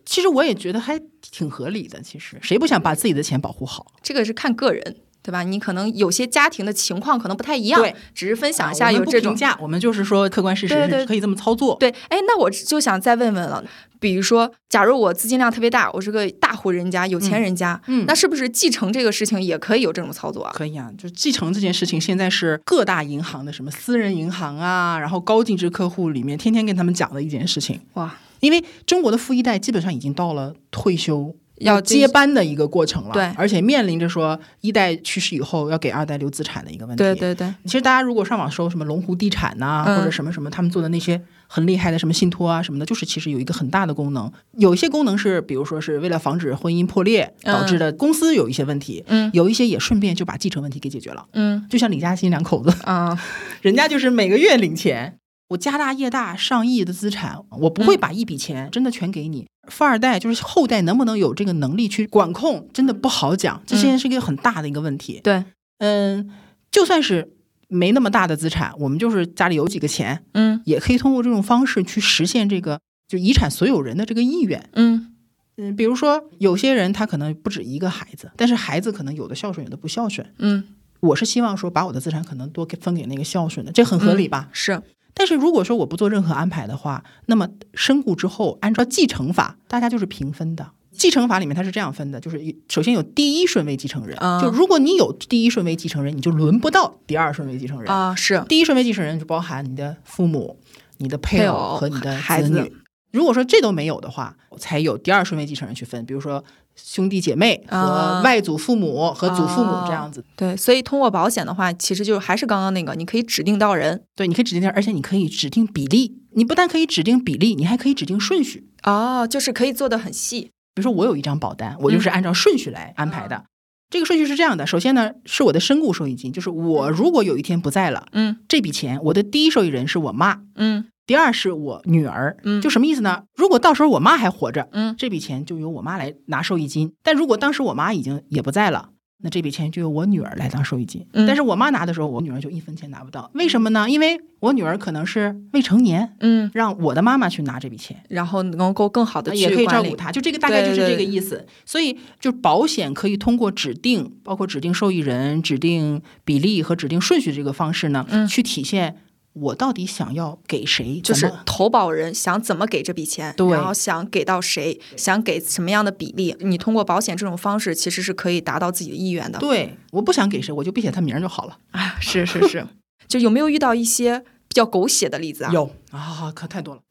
S2: 其实我也觉得还挺合理的。其实谁不想把自己的钱保护好？
S1: 这个是看个人，对吧？你可能有些家庭的情况可能不太一样，
S2: 对，
S1: 只是分享一
S2: 啊
S1: 下
S2: 我们
S1: 有
S2: 不
S1: 这种
S2: 评价，我们就是说客观事实
S1: 对对
S2: 是可以这么操作。
S1: 对，哎，那我就想再问问了，比如说，假如我资金量特别大，我是个大户人家、有钱人家，
S2: 嗯
S1: 那是不是继承这个事情也可以有这种操作啊？
S2: 可以啊，就继承这件事情，现在是各大银行的什么私人银行啊，然后高净值客户里面天天跟他们讲的一件事情。
S1: 哇，
S2: 因为中国的富一代基本上已经到了退休呃
S1: 要
S2: 接班的一个过程了，
S1: 对
S2: 而且面临着说一代去世以后要给二代留资产的一个问题。
S1: 对对嗯对，
S2: 其实大家如果上网搜什么龙湖地产呐、
S1: 嗯
S2: 或者什么什么，他们做的那些很厉害的什么信托啊什么的，就是其实有一个很大的功能。有一些功能是，比如说是为了防止婚姻破裂
S1: 嗯
S2: 导致的公司有一些问题，
S1: 嗯
S2: 有一些也顺便就把继承问题给解决了。
S1: 嗯
S2: 就像李嘉欣两口子，
S1: 啊，
S2: 人家就是每个月领钱，我家大业大上亿的资产，我不会把一笔钱真的全给你。富二代就是后代能不能有这个能力去管控，真的不好
S1: 嗯
S2: 讲，这现在是一个很大的一个问题。
S1: 对，
S2: 嗯，就算是没那么大的资产，我们就是家里有几个钱，
S1: 嗯
S2: 也可以通过这种方式去实现这个就遗产所有人的这个意愿。
S1: 嗯
S2: 嗯，比如说有些人他可能不止一个孩子，但是孩子可能有的孝顺，有的不孝顺。
S1: 嗯，
S2: 我是希望说把我的资产可能多给分给那个孝顺的，这很合理吧？
S1: 嗯是
S2: 但是如果说我不做任何安排的话，那么身故之后按照继承法，大家就是平分的。继承法里面它是这样分的，就是一首先有第一顺位继承人，
S1: 啊
S2: 就如果你有第一顺位继承人，你就轮不到第二顺位继承人。
S1: 啊，是
S2: 第一顺位继承人就包含你的父母、你的配
S1: 配偶
S2: 偶和你的
S1: 孩
S2: 子
S1: 子
S2: 女。如果说这都没有的话，才有第二顺位继承人去分，比如说兄弟姐妹
S1: 啊
S2: 和外祖父母和祖父母这样子。
S1: 对，所以通过保险的话，其实就是还是刚刚那个，你可以指定到人
S2: 对，你可以指定这样，而且你可以指定比例。你不但可以指定比例，你还可以指定顺序。
S1: 哦，就是可以做的很细，
S2: 比如说我有一张保单，我
S1: 嗯
S2: 就是按照顺序来安排的。这个顺序是这样的：首先呢，是我的身故受益金，就是我如果有一天不在了，
S1: 嗯
S2: 这笔钱我的第一受益人是我妈，
S1: 嗯
S2: 第二是我女儿。
S1: 嗯
S2: 就什么意思呢？如果到时候我妈还活着，
S1: 嗯
S2: 这笔钱就由我妈来拿受益金；但如果当时我妈已经也不在了。那这笔钱就由我女儿来当受益金，
S1: 嗯
S2: 但是我妈拿的时候，我女儿就一分钱拿不到，为什么呢？因为我女儿可能是未成年，
S1: 嗯，
S2: 让我的妈妈去拿这笔钱，
S1: 然后能够更好的
S2: 啊也可以照
S1: 管
S2: 顾
S1: 理，
S2: 他，就这个大概就是
S1: 对对
S2: 这
S1: 对
S2: 个意思。所以，就保险可以通过指定，包括指定受益人、指定比例和指定顺序这个方式呢，
S1: 嗯
S2: 去体现我到底想要给谁？
S1: 就是
S2: 怎么
S1: 投保人想怎么给这笔钱，
S2: 对
S1: 然后想给到谁，想给什么样的比例，你通过保险这种方式其实是可以达到自己的意愿的。
S2: 对，我不想给谁，我就不写他名儿就好了。
S1: 啊，是是是，就有没有遇到一些比较狗血的例子啊？，
S2: 有啊，可太多了，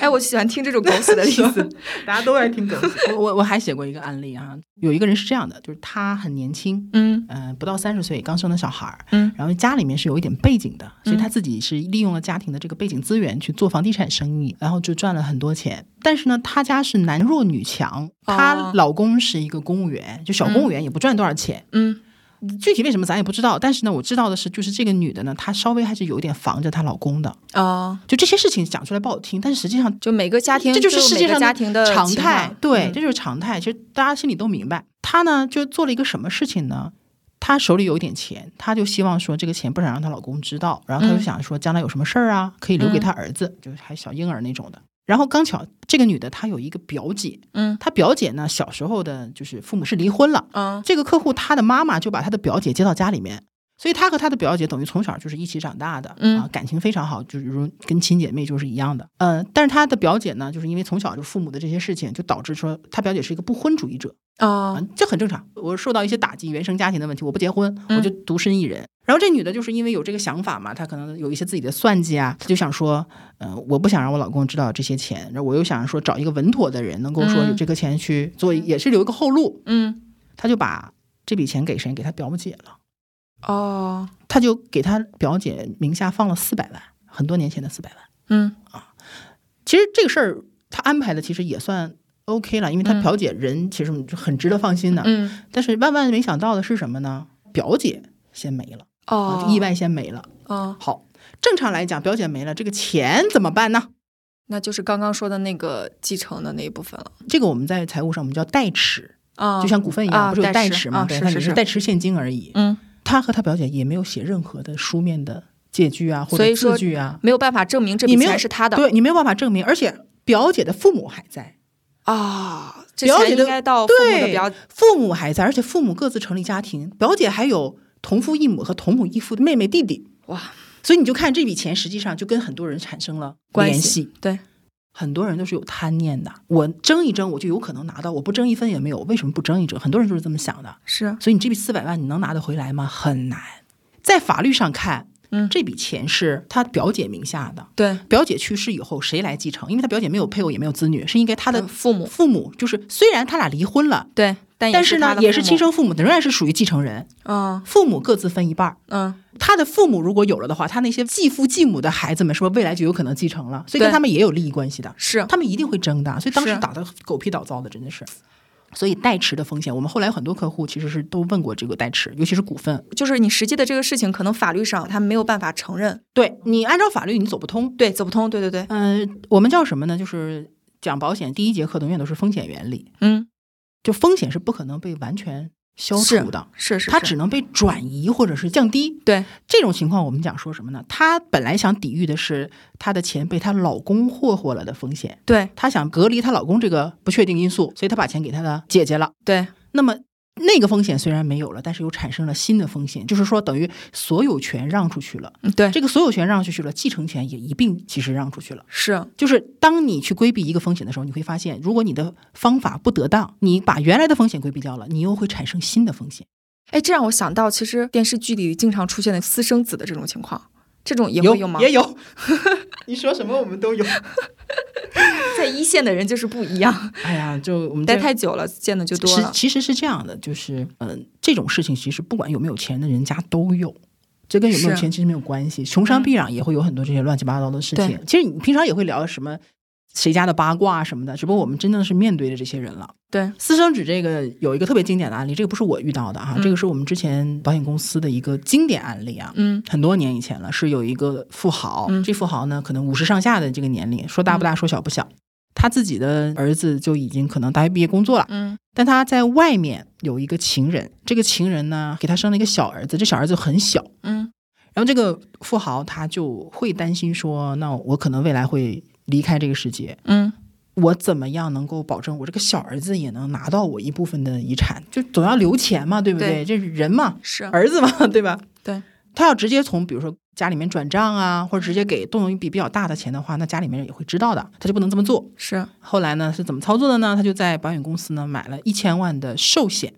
S1: 哎，我喜欢听这种狗血的例子。
S2: 大家都爱听梗。 我我我还写过一个案例啊，有一个人是这样的，就是他很年轻，
S1: 嗯
S2: 嗯、不到三十岁刚生的小孩儿，
S1: 嗯
S2: 然后家里面是有一点背景的，所以
S1: 嗯
S2: 他自己是利用了家庭的这个背景资源去做房地产生意，然后就赚了很多钱。但是呢，他家是男弱女强，她
S1: 哦
S2: 老公是一个公务员，就小公务员也不赚多少钱。
S1: 嗯
S2: 具体为什么咱也不知道，但是呢，我知道的是，就是这个女的呢，她稍微还是有一点防着她老公的。
S1: 哦，
S2: 就这些事情讲出来不好听，但是实际上
S1: 就每个家庭
S2: 这
S1: 都
S2: 就
S1: 有每个家庭，
S2: 是世界上
S1: 的
S2: 常
S1: 情
S2: 态
S1: 况，
S2: 对，
S1: 嗯
S2: 这就是常态。其实大家心里都明白。她呢，就做了一个什么事情呢？她手里有一点钱，她就希望说这个钱不想让她老公知道，然后她就
S1: 嗯
S2: 想说将来有什么事儿啊，可以留给她儿子，就是还小婴儿那种的。然后刚巧这个女的她有一个表姐，
S1: 嗯
S2: 她表姐呢小时候的就是父母是离婚了，
S1: 嗯
S2: 这个客户她的妈妈就把她的表姐接到家里面，所以她和她的表姐等于从小就是一起长大的，
S1: 嗯
S2: 啊，感情非常好，就是如跟亲姐妹就是一样的。嗯、但是她的表姐呢，就是因为从小就父母的这些事情，就导致说她表姐是一个不婚主义者啊
S1: 哦，，
S2: 这很正常。我受到一些打击，原生家庭的问题，我不结婚，
S1: 嗯
S2: 我就独身一人。然后这女的就是因为有这个想法嘛，她可能有一些自己的算计啊，她就想说，嗯、我不想让我老公知道这些钱，然后我又想说找一个稳妥的人，能够说有
S1: 嗯
S2: 这个钱去做，也是留一个后路。
S1: 嗯
S2: 他就把这笔钱给谁？给他表姐了。
S1: 哦
S2: 他就给他表姐名下放了四百万，很多年前的四百万。
S1: 嗯
S2: 其实这个事儿他安排的其实也算 OK 了，因为他
S1: 嗯
S2: 表姐人其实就很值得放心的。
S1: 嗯
S2: 但是万万没想到的是什么呢？表姐先没了，啊
S1: 哦，
S2: 意外先没了。
S1: 哦，
S2: 好，正常来讲，表姐没了，这个钱怎么办呢？
S1: 那就是刚刚说的那个继承的那一部分了
S2: 这个我们在财务上我们叫代持，
S1: 啊，
S2: 就像股份一样，
S1: 啊
S2: 不是有代
S1: 代持
S2: 持吗？
S1: 啊
S2: 对，
S1: 是
S2: 它
S1: 是
S2: 只是
S1: 是
S2: 代持现金而已。
S1: 嗯。
S2: 他和他表姐也没有写任何的书面的借据啊，或
S1: 所
S2: 者
S1: 以说
S2: 字据啊，
S1: 没有办法证明这
S2: 你
S1: 笔
S2: 没有
S1: 钱是他的
S2: 对你没有办法证明，而且表姐的父母还在，
S1: 啊，这
S2: 表姐
S1: 钱
S2: 的
S1: 应该到父母的
S2: 对
S1: 表
S2: 父母还在，而且父母各自成立家庭，表姐还有同父异母和同母异父的妹妹弟弟，
S1: 哇
S2: 所以你就看这笔钱实际上就跟很多人产生了
S1: 关
S2: 联
S1: 系
S2: 系。
S1: 对，
S2: 很多人都是有贪念的，我争一争我就有可能拿到，我不争一分也没有，为什么不争一争？很多人就是这么想的，
S1: 是
S2: 所以你这笔四百万你能拿得回来吗？很难。在法律上看，
S1: 嗯
S2: 这笔钱是他表姐名下的，
S1: 对
S2: 表姐去世以后，谁来继承？因为她表姐没有配偶，也没有子女，是应该她的
S1: 嗯父母
S2: 父母就是虽然他俩离婚了，
S1: 对，但
S2: 但是
S1: 他
S2: 呢
S1: 的父
S2: 也是
S1: 母
S2: 亲，生父母的，仍然是属于继承人，
S1: 嗯
S2: 父母各自分一半儿。
S1: 嗯
S2: 他的父母如果有了的话，他那些继父继母的孩子们是不是未来就有可能继承了？所
S1: 对
S2: 以跟他们也有利益关系的，
S1: 是
S2: 他们一定会争的。所以当时
S1: 是
S2: 打的狗屁倒灶的，真的是。所以代持的风险，我们后来很多客户其实是都问过这个代持，尤其是股份。
S1: 就是你实际的这个事情，可能法律上他没有办法承认，
S2: 对你按照法律你走不通，
S1: 对，走不通，对对对，
S2: 嗯、我们叫什么呢？就是讲保险第一节课永远都是风险原理，
S1: 嗯，
S2: 就风险是不可能被完全消
S1: 是
S2: 除的，
S1: 是是，
S2: 它
S1: 是
S2: 只能被转移或者是降低。
S1: 对
S2: 这种情况，我们讲说什么呢？她本来想抵御的是她的钱被她老公霍霍了的风险，
S1: 对
S2: 她想隔离她老公这个不确定因素，所以她把钱给她的姐姐了。
S1: 对，
S2: 那么那个风险虽然没有了，但是又产生了新的风险，就是说等于所有权让出去了，
S1: 嗯对
S2: 这个所有权让出去了，继承权也一并其实让出去了。
S1: 是，
S2: 就是当你去规避一个风险的时候，你会发现，如果你的方法不得当，你把原来的风险规避掉了，你又会产生新的风险。
S1: 哎，这让我想到，其实电视剧里经常出现的私生子的这种情况，这种也会吗？
S2: 也有。 你说什么我们都有。
S1: 在一线的人就是不一 样，
S2: 哎呀，就我们
S1: 待
S2: 在
S1: 太久了，见的就多
S2: 是
S1: 了，
S2: 其实是这样的，就是嗯、呃这种事情其实不管有没有钱的人家都有。这跟有没有
S1: 是嗯
S2: 钱其实没有关系，穷山僻壤也会有很多这些乱七八糟的事情
S1: 对。
S2: 其实你平常也会聊什么谁家的八卦啊什么的，只不过我们真的是面对着这些人了。
S1: 对，
S2: 私生子这个有一个特别经典的案例，这个不是我遇到的哈、啊
S1: 嗯
S2: 这个是我们之前保险公司的一个经典案例啊。
S1: 嗯
S2: 很多年以前了，是有一个富豪，
S1: 嗯
S2: 这富豪呢可能五十上下的这个年龄，说大不大，说小不小。他自己的儿子就已经可能大学毕业工作了，
S1: 嗯
S2: 但他在外面有一个情人，这个情人呢给他生了一个小儿子，这小儿子很小。
S1: 嗯
S2: 然后这个富豪他就会担心说，那我可能未来会离开这个世界，
S1: 嗯，
S2: 我怎么样能够保证我这个小儿子也能拿到我一部分的遗产？就总要留钱嘛，对不对？这是人嘛，
S1: 是，
S2: 儿子嘛，对吧？
S1: 对，
S2: 他要直接从比如说家里面转账啊，或者直接给动用一笔比较大的钱的话，那家里面人也会知道的，他就不能这么做。
S1: 是
S2: 后来呢是怎么操作的呢？他就在保险公司呢买了一千万的寿险，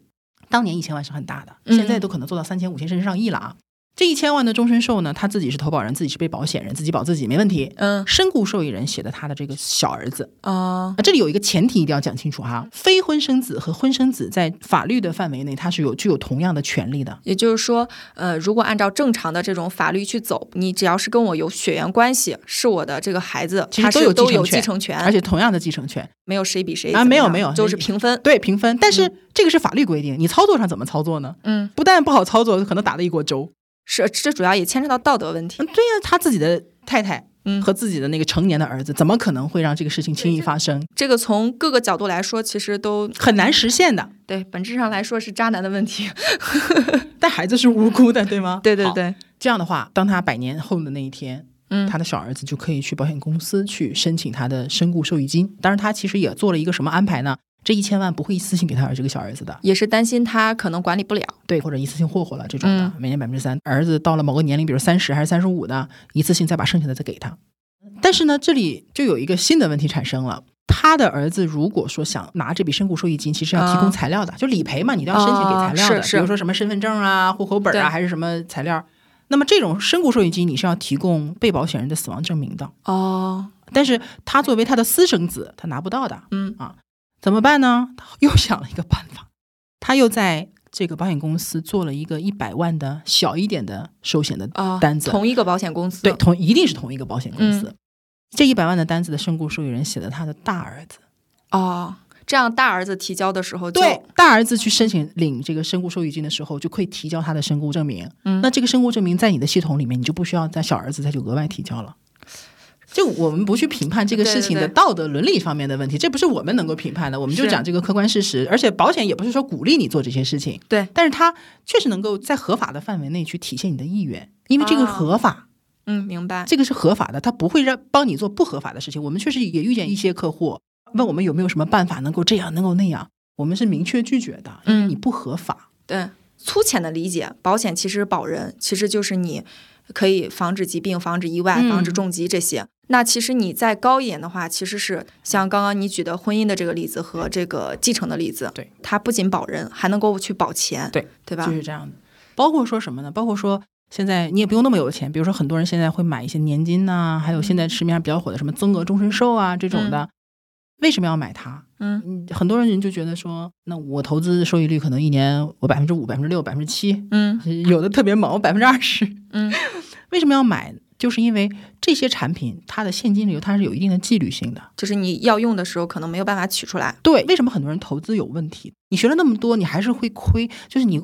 S2: 当年一千万是很大的，
S1: 嗯
S2: 现在都可能做到三千、五千甚至上亿了啊。这一千万的终身寿呢，他自己是投保人，自己是被保险人，自己保自己没问题。
S1: 嗯
S2: 身故受益人写的他的这个小儿子
S1: 啊
S2: 啊，这里有一个前提一定要讲清楚哈，非婚生子和婚生子在法律的范围内，他是有具有同样的权利的。
S1: 也就是说，呃，如果按照正常的这种法律去走，你只要是跟我有血缘关系，是我的这个孩子，
S2: 其实
S1: 他
S2: 都
S1: 是
S2: 有
S1: 都
S2: 继
S1: 有
S2: 承
S1: 继
S2: 权
S1: 承权，
S2: 而且同样的继承权，
S1: 没有谁比谁
S2: 啊
S1: 怎么
S2: 没有
S1: 样
S2: 没有
S1: 就是
S2: 你
S1: 平分。
S2: 对平分，但是这个是法律规定，你操作上怎么操作呢？
S1: 嗯，
S2: 不但不好操作，可能打了一锅粥。
S1: 是这主要也牵扯到道德问题
S2: 嗯。，对呀、他自己的太太
S1: 嗯，
S2: 和自己的那个成年的儿子，怎么可能会让这个事情轻易发生？
S1: 这个从各个角度来说，其实都
S2: 很难实现的。
S1: 对，本质上来说是渣男的问题。
S2: 但孩子是无辜的，对吗？
S1: 对对
S2: 好，
S1: 对，
S2: 这样的话，当他百年后的那一天，
S1: 嗯
S2: 他的小儿子就可以去保险公司去申请他的身故受益金。当然，他其实也做了一个什么安排呢？这一千万不会一次性给他儿这个小儿子的，
S1: 也是担心他可能管理不了。
S2: 对，或者一次性霍霍了这种的
S1: 嗯，
S2: 每年百分之三。儿子到了某个年龄，比如三十还是三十五的，一次性再把剩下的再给他。但是呢，这里就有一个新的问题产生了。他的儿子如果说想拿这笔身故受益金，其实要提
S1: 啊
S2: 供材料的，就理赔嘛，你都要申请给材料的，
S1: 啊是是
S2: 比如说什么身份证啊、户口本
S1: 对
S2: 啊，还是什么材料。那么这种身故受益金，你是要提供被保险人的死亡证明的。
S1: 哦，
S2: 但是他作为他的私生子，他拿不到的，
S1: 嗯
S2: 啊，怎么办呢？ 他又想了一个办法，他又在这个保险公司做了一个一百万的小一点的寿险的
S1: 啊，
S2: 单子，
S1: 同嗯一个保险公司。
S2: 对，同一定是同一个保险公司。这一百万的单子的身故受益人写的他的大儿子，
S1: 哦，这样大儿子提交的时候就，
S2: 对，大儿子去申请领这个身故受益金的时候，就可以提交他的身故证明。
S1: 嗯
S2: 那这个身故证明在你的系统里面，你就不需要在小儿子再去额外提交了。就我们不去评判这个事情
S1: 对
S2: 的
S1: 对对
S2: 道德伦理方面的问题，这不是我们能够评判的，我们就是讲这个客观事实。而且保险也不是说鼓励你做这些事情，
S1: 对，
S2: 但是它确实能够在合法的范围内去体现你的意愿，因为这个
S1: 啊
S2: 合法。
S1: 嗯，明白。
S2: 这个是合法的，它不会让帮你做不合法的事情。我们确实也遇见一些客户问我们有没有什么办法能够这样能够那样，我们是明确拒绝的，因为
S1: 嗯
S2: 你不合法。
S1: 对，粗浅的理解，保险其实保人其实就是你可以防止疾病、防止意外、
S2: 嗯
S1: 防止重疾这些。那其实你再高一点的话，其实是像刚刚你举的婚姻的这个例子和这个继承的例子，
S2: 对，
S1: 它不仅保人，还能够去保钱，
S2: 对，
S1: 对吧
S2: 就？是这样的。包括说什么呢？包括说现在你也不用那么有钱，比如说很多人现在会买一些年金呐、还有现
S1: 嗯
S2: 在市面上比较火的什么增额终身寿啊这种的，为什么要买它？
S1: 嗯
S2: 嗯，很多人就觉得说，那我投资收益率可能一年我百分之五、百分之六、百分之七，
S1: 嗯
S2: 有的特别猛，百分之二十。
S1: 嗯
S2: 为什么要买？就是因为这些产品它的现金流它是有一定的纪律性的。
S1: 就是你要用的时候可能没有办法取出来，
S2: 对，为什么很多人投资有问题？你学了那么多，你还是会亏，就是你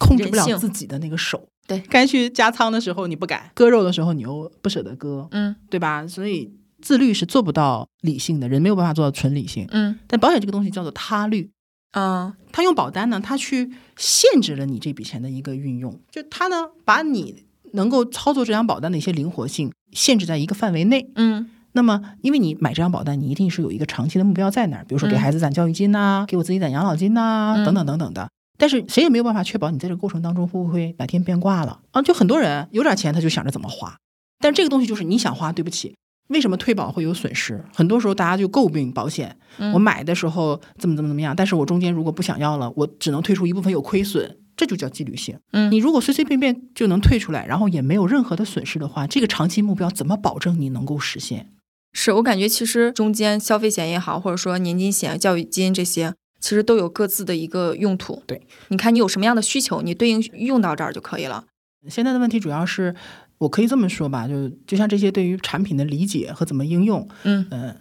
S2: 控制不
S1: 人
S2: 了
S1: 性
S2: 自己的那个手。
S1: 对
S2: 该去加仓的时候你不敢，割肉的时候你又不舍得割，
S1: 嗯
S2: 对吧？所以自律是做不到理性的，人没有办法做到纯理性。
S1: 嗯
S2: 但保险这个东西叫做他律，
S1: 嗯
S2: 他用保单呢，他去限制了你这笔钱的一个运用，就他呢把你能够操作这张保单的一些灵活性限制在一个范围内。
S1: 嗯
S2: 那么，因为你买这张保单，你一定是有一个长期的目标在那儿，比如说给
S1: 嗯
S2: 孩子攒教育金呐、给我自己攒养老金呐、
S1: 嗯
S2: 等等等等的。但是谁也没有办法确保你在这个过程当中会不会哪天变卦了啊？就很多人有点钱他就想着怎么花，但这个东西就是你想花，对不起，为什么退保会有损失？很多时候大家就诟病保险，
S1: 嗯
S2: 我买的时候怎么怎么怎么样，但是我中间如果不想要了，我只能退出一部分有亏损，这就叫纪律性。
S1: 嗯
S2: 你如果随随便便就能退出来，然后也没有任何的损失的话，这个长期目标怎么保证你能够实现？
S1: 是我感觉，其实中间消费险也好，或者说年金险、教育金这些，其实都有各自的一个用途。
S2: 对，
S1: 你看你有什么样的需求，你对应用到这儿就可以了。
S2: 现在的问题主要是，我可以这么说吧，就就像这些对于产品的理解和怎么应用，
S1: 嗯
S2: 嗯、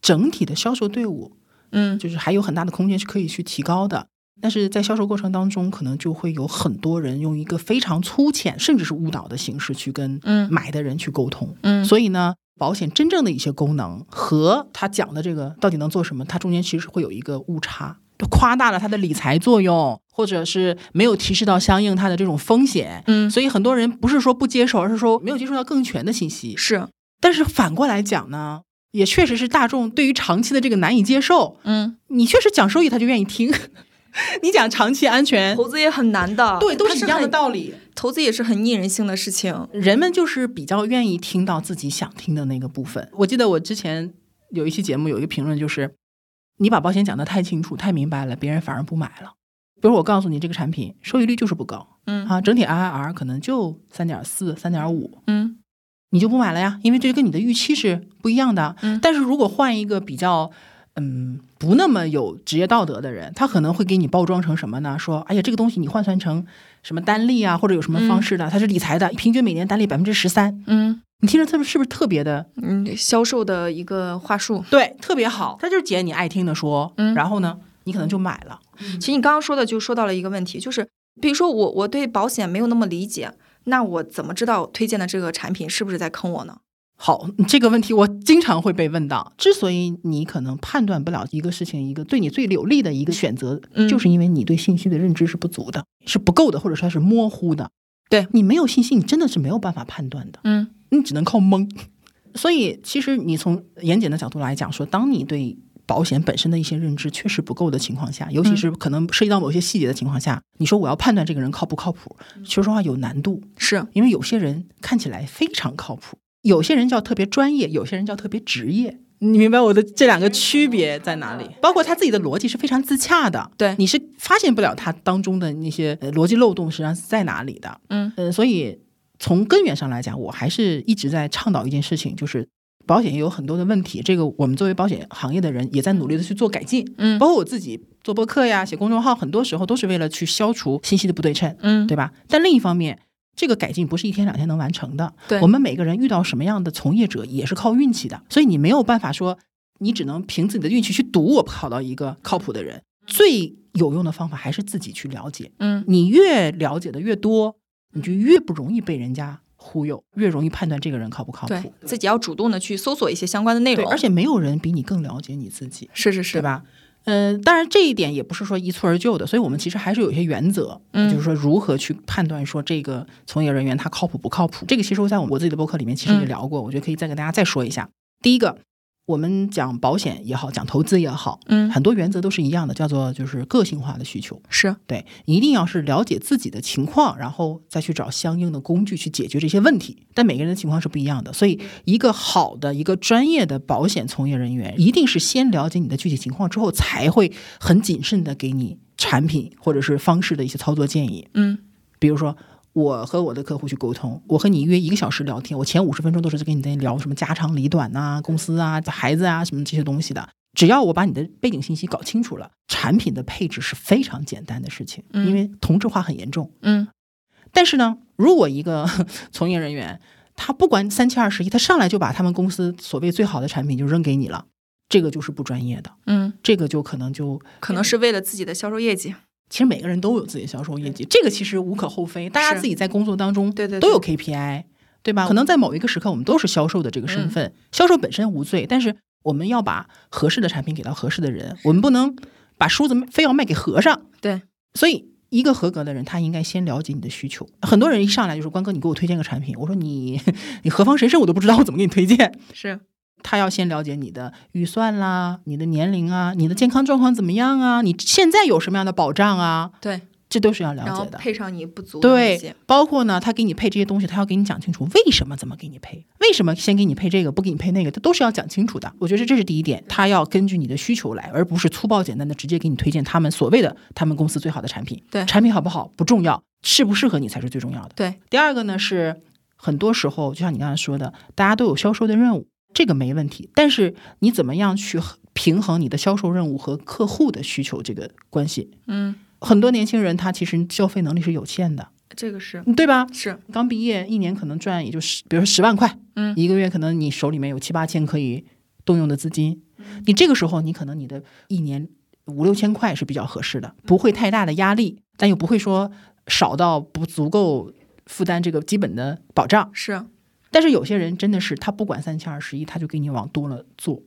S2: 整体的销售队伍
S1: 嗯
S2: 就是还有很大的空间是可以去提高的。但是在销售过程当中，可能就会有很多人用一个非常粗浅甚至是误导的形式去跟
S1: 嗯
S2: 买的人去沟通。
S1: 嗯，
S2: 所以呢，保险真正的一些功能和他讲的这个到底能做什么，它中间其实会有一个误差，就夸大了它的理财作用，或者是没有提示到相应它的这种风险。
S1: 嗯
S2: 所以很多人不是说不接受，而是说没有接触到更全的信息。
S1: 是
S2: 但是反过来讲呢，也确实是大众对于长期的这个难以接受。
S1: 嗯，
S2: 你确实讲收 益，他就愿意听；你讲长期安全，
S1: 投资也很难的，
S2: 嗯对，都
S1: 它
S2: 是
S1: 是
S2: 一样的
S1: 很
S2: 道理。
S1: 投资也是很逆人性的事情。
S2: 人们就是比较愿意听到自己想听的那个部分。我记得我之前有一期节目有一个评论就是，你把保险讲得太清楚、太明白了，别人反而不买了。比如我告诉你这个产品收益率就是不高
S1: 嗯
S2: 啊，整体 IRR 可能就三点四、三点五，
S1: 嗯
S2: 你就不买了呀，因为这跟你的预期是不一样的。
S1: 嗯
S2: 但是如果换一个比较。嗯，不那么有职业道德的人，他可能会给你包装成什么呢？说，哎呀，这个东西你换算成什么单利啊，或者有什么方式的，它是理财的，平均每年单利百分之十三，
S1: 嗯
S2: 你听着特别是不是特别的
S1: 嗯，销售的一个话术。
S2: 对，特别好？他就是捡你爱听的说，
S1: 嗯
S2: 然后呢，你可能就买了。
S1: 其实你刚刚说的就说到了一个问题，就是比如说我我对保险没有那么理解，那我怎么知道推荐的这个产品是不是在坑我呢？
S2: 好，这个问题我经常会被问到。之所以你可能判断不了一个事情，一个对你最有利的一个选择，
S1: 嗯
S2: 就是因为你对信息的认知是不足的，是不够的，或者说是模糊的。
S1: 对
S2: 你没有信息，你真的是没有办法判断的，
S1: 嗯
S2: 你只能靠蒙。所以，其实你从严谨的角度来讲，说当你对保险本身的一些认知确实不够的情况下，尤其是可能涉及到某些细节的情况下，你说我要判断这个人靠不靠谱，说实话有难度。
S1: 是
S2: 因为有些人看起来非常靠谱，有些人叫特别专业，有些人叫特别职业。你明白我的这两个区别在哪里？包括他自己的逻辑是非常自洽的，
S1: 对
S2: 你是发现不了他当中的那些呃逻辑漏洞实际上是在哪里的。
S1: 嗯
S2: 呃，所以从根源上来讲，我还是一直在倡导一件事情，就是保险也有很多的问题，这个我们作为保险行业的人也在努力的去做改进，
S1: 嗯
S2: 包括我自己做播客呀、写公众号，很多时候都是为了去消除信息的不对称。
S1: 嗯
S2: 对吧？但另一方面，这个改进不是一天两天能完成的。
S1: 对
S2: 我们每个人遇到什么样的从业者也是靠运气的，所以你没有办法说，你只能凭自己的运气去赌我考到一个靠谱的人。最有用的方法还是自己去了解，
S1: 嗯
S2: 你越了解的越多，你就越不容易被人家忽悠，越容易判断这个人靠不靠
S1: 对
S2: 谱。
S1: 自己要主动的去搜索一些相关的内
S2: 对，
S1: 容，
S2: 而且没有人比你更了解你自己。
S1: 是是是
S2: 对？吧？嗯、当然这一点也不是说一蹴而就的，所以我们其实还是有一些原则，
S1: 嗯
S2: 就是说如何去判断说这个从业人员他靠谱不靠谱。这个其实我在我自己的博客里面其实也
S1: 嗯
S2: 聊过，我觉得可以再跟大家再说一下。第一个，我们讲保险也好，讲投资也好，
S1: 嗯
S2: 很多原则都是一样的，叫做就是个性化的需求。
S1: 是
S2: 对，你一定要是了解自己的情况，然后再去找相应的工具去解决这些问题。但每个人的情况是不一样的，所以一个好的、一个专业的保险从业人员，一定是先了解你的具体情况之后，才会很谨慎的给你产品或者是方式的一些操作建议。
S1: 嗯
S2: 比如说，我和我的客户去沟通，我和你约一个小时聊天，我前五十分钟都是跟你在聊什么家长里短呐、公司啊、孩子啊什么这些东西的。只要我把你的背景信息搞清楚了，产品的配置是非常简单的事情，
S1: 嗯
S2: 因为同质化很严重。
S1: 嗯
S2: 但是呢，如果一个 从业人员他不管三七二十一，他上来就把他们公司所谓最好的产品就扔给你了，这个就是不专业的，
S1: 嗯，
S2: 这个就可能就
S1: 可能是为了自己的销售业绩，
S2: 其实每个人都有自己的销售业绩，这个其实无可厚非，大家
S1: 是
S2: 自己在工作当中
S1: 对嗯对对
S2: 都有 KPI，对吧？可能在某一个时刻，我们都是销售的这个身
S1: 嗯
S2: 份，销售本身无罪，但是我们要把合适的产品给到合适的人，我们不能把梳子非要卖给和尚。
S1: 对，
S2: 所以，一个合格的人，他应该先了解你的需求。很多人一上来就说：“关哥，你给我推荐个产品。”我说你：“ 你何方神圣，我都不知道，我怎么给你推荐？”
S1: 是
S2: 他要先了解你的预算啦、你的年龄啊、你的健康状况怎么样啊、你现在有什么样的保障啊，
S1: 对，
S2: 这都是要
S1: 然
S2: 了
S1: 后
S2: 解的。
S1: 配上你不足的那
S2: 对
S1: 些，，
S2: 包括呢，他给你配这些东西，他要给你讲清楚为什么怎么给你配，为什么先给你配这个，不给你配那个，他都是要讲清楚的。我觉得这是第一点，他要根据你的需求来，而不是粗暴简单的直接给你推荐他们所谓的他们公司最好的产品。
S1: 对
S2: 产品好不好不重要，适不适合你才是最重要的。
S1: 对，
S2: 第二个呢是，很多时候就像你刚才说的，大家都有销售的任务，这个没问题。但是你怎么样去平衡你的销售任务和客户的需求这个关系？
S1: 嗯，
S2: 很多年轻人他其实消费能力是有限的，
S1: 这个是
S2: 对吧？
S1: 是，
S2: 刚毕业一年可能赚也就十，比如说十万块，
S1: 嗯
S2: 一个月可能你手里面有七八千可以动用的资金，你这个时候你可能你的一年五六千块是比较合适的，不会太大的压力，但又不会说少到不足够负担这个基本的保障。
S1: 是
S2: 但是有些人真的是他不管三七二十一，他就给你往多了做。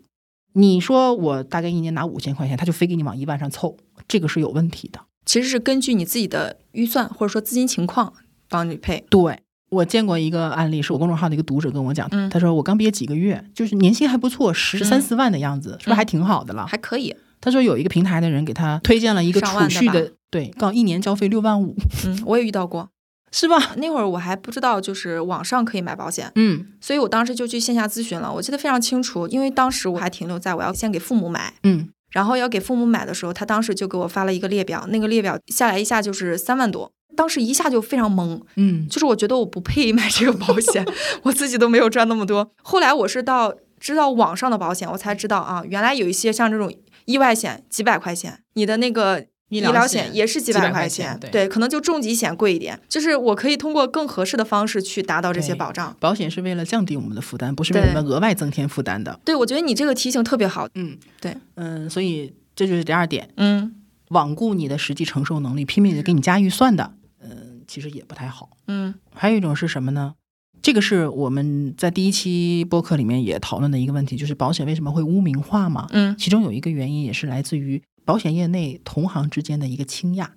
S2: 你说我大概一年拿五千块钱，他就非给你往一万上凑，这个是有问题的。
S1: 其实是根据你自己的预算或者说资金情况帮你配，
S2: 对我见过一个案例，是我公众号的一个读者跟我讲，
S1: 嗯
S2: 他说我刚毕业几个月，就是年薪还不错，十三
S1: 嗯
S2: 四万的样子，是不是还挺好的了？
S1: 还可以，
S2: 他说有一个平台的人给他推荐了一个
S1: 上万
S2: 储
S1: 的
S2: 蓄
S1: 吧
S2: 的，对，刚一年交费六万五，
S1: 嗯，我也遇到过，
S2: 是吧？
S1: 那会儿我还不知道，就是网上可以买保险，
S2: 嗯
S1: 所以我当时就去线下咨询了。我记得非常清楚，因为当时我还停留在我要先给父母买，
S2: 嗯，
S1: 然后要给父母买的时候，他当时就给我发了一个列表，那个列表下来一下就是三万多，当时一下就非常懵，
S2: 嗯，
S1: 就是我觉得我不配买这个保险， 我自己都没有赚那么多。后来我是到知道网上的保险，我才知道啊，原来有一些像这种意外险几百块钱，你的那个。
S2: 医
S1: 医
S2: 疗
S1: 疗
S2: 险
S1: 险也是几
S2: 几百
S1: 百
S2: 块
S1: 块
S2: 钱
S1: 钱，
S2: 对
S1: 可能就重疾险贵一点。就是我可以通过更合适的方式去达到这些
S2: 对
S1: 保障。
S2: 保险是为了降低我们的负担，不是为我们额外增添负担的。
S1: 对，我觉得你这个提醒特别好。
S2: 嗯，
S1: 对，
S2: 嗯，所以这就是第二点，
S1: 嗯
S2: 罔顾你的实际承受能力，拼命的给你加预算的，嗯，其实也不太好。
S1: 嗯
S2: 还有一种是什么呢？这个是我们在第一期播客里面也讨论的一个问题，就是保险为什么会污名化嘛？
S1: 嗯
S2: 其中有一个原因也是来自于保险业内同行之间的一个倾轧，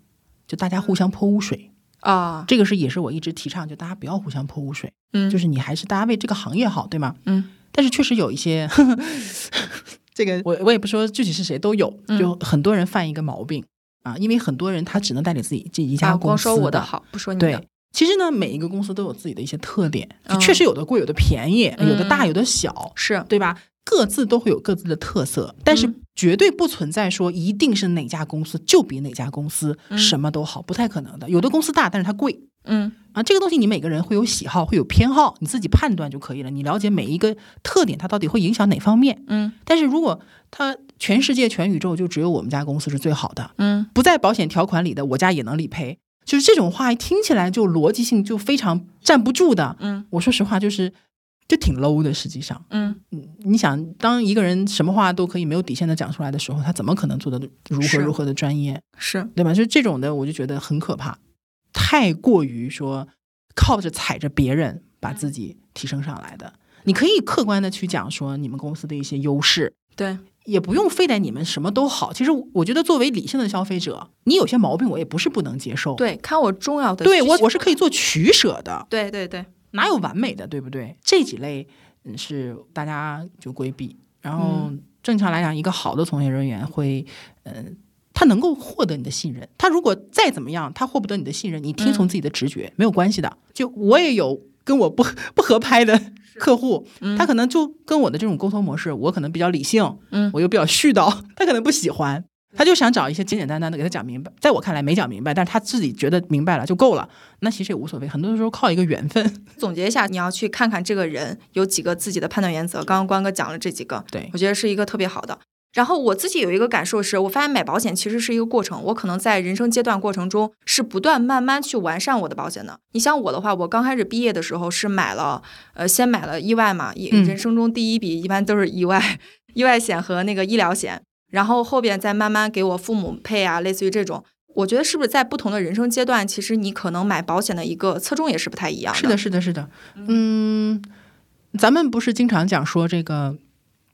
S2: 就大家互相泼污水。
S1: 啊，
S2: 这个是也是我一直提倡，就大家不要互相泼污水，
S1: 嗯，
S2: 就是你还是大家为这个行业好，对吗？
S1: 嗯。
S2: 但是确实有一些， 这个我我也不说具体是谁都有，
S1: 嗯
S2: 就很多人犯一个毛病啊，因为很多人他只能代理自己这一家
S1: 啊，
S2: 公
S1: 光
S2: 司
S1: 说我的好，不说你的
S2: 对。，嗯其实呢，每一个公司都有自己的一些特点，就
S1: 嗯
S2: 确实有的贵，有的便宜，有的大，
S1: 嗯
S2: 有的小，
S1: 是，
S2: 对吧？各自都会有各自的特色，但是
S1: 嗯
S2: 绝对不存在说一定是哪家公司就比哪家公司
S1: 嗯
S2: 什么都好，不太可能的。有的公司大，但是它贵
S1: 嗯
S2: 啊。这个东西你每个人会有喜好，会有偏好，你自己判断就可以了。你了解每一个特点，它到底会影响哪方面。
S1: 嗯
S2: 但是如果它全世界全宇宙就只有我们家公司是最好的，
S1: 嗯
S2: 不在保险条款里的，我家也能理赔。就是这种话听起来就逻辑性就非常站不住的。
S1: 嗯
S2: 我说实话，就是就挺 low 的。实际上，
S1: 嗯，
S2: 嗯你想，当一个人什么话都可以没有底线的讲出来的时候，他怎么可能做的如何
S1: 是
S2: 如何的专业，
S1: 是，
S2: 对吧？就这种的，我就觉得很可怕，太过于说靠着踩着别人把
S1: 嗯
S2: 自己提升上来的。你可以客观的去讲说你们公司的一些优势，
S1: 对，
S2: 也不用非得你们什么都好。其实我觉得，作为理性的消费者，你有些毛病我也不是不能接受。
S1: 对，看我重要的需
S2: 哦对，
S1: 求，
S2: 我我是可以做取舍的，
S1: 对对对，
S2: 哪有完美的，对不对？这几类嗯是大家就规避。然后正常来讲，一个好的从业人员会，嗯、他能够获得你的信任。他如果再怎么样，他获不得你的信任，你听从自己的直觉、没有关系的。就我也有跟我不 不合拍的客户，他可能就跟我的这种沟通模式，我可能比较理性，
S1: 嗯
S2: 我又比较絮叨， 他可能不喜欢，他就想找一些简简单单的给他讲明白。在我看来没讲明白，但是他自己觉得明白了就够了，那其实也无所谓。很多时候靠一个缘分，
S1: 总结一下，你要去看看这个人有几个自己的判断原则。刚刚关哥讲了这几个，
S2: 对
S1: 我觉得是一个特别好的。然后我自己有一个感受是，我发现买保险其实是一个过程，我可能在人生阶段过程中是不断慢慢去完善我的保险的。你像我的话，我刚开始毕业的时候是买了，呃，先买了意外嘛，一
S2: 嗯
S1: 人生中第一笔一般都是意外， 意外险和那个医疗险，然后后边再慢慢给我父母配啊，类似于这种。我觉得是不是在不同的人生阶段，其实你可能买保险的一个侧重也是不太一样
S2: 是的，是的，是的，嗯，咱们不是经常讲说这个，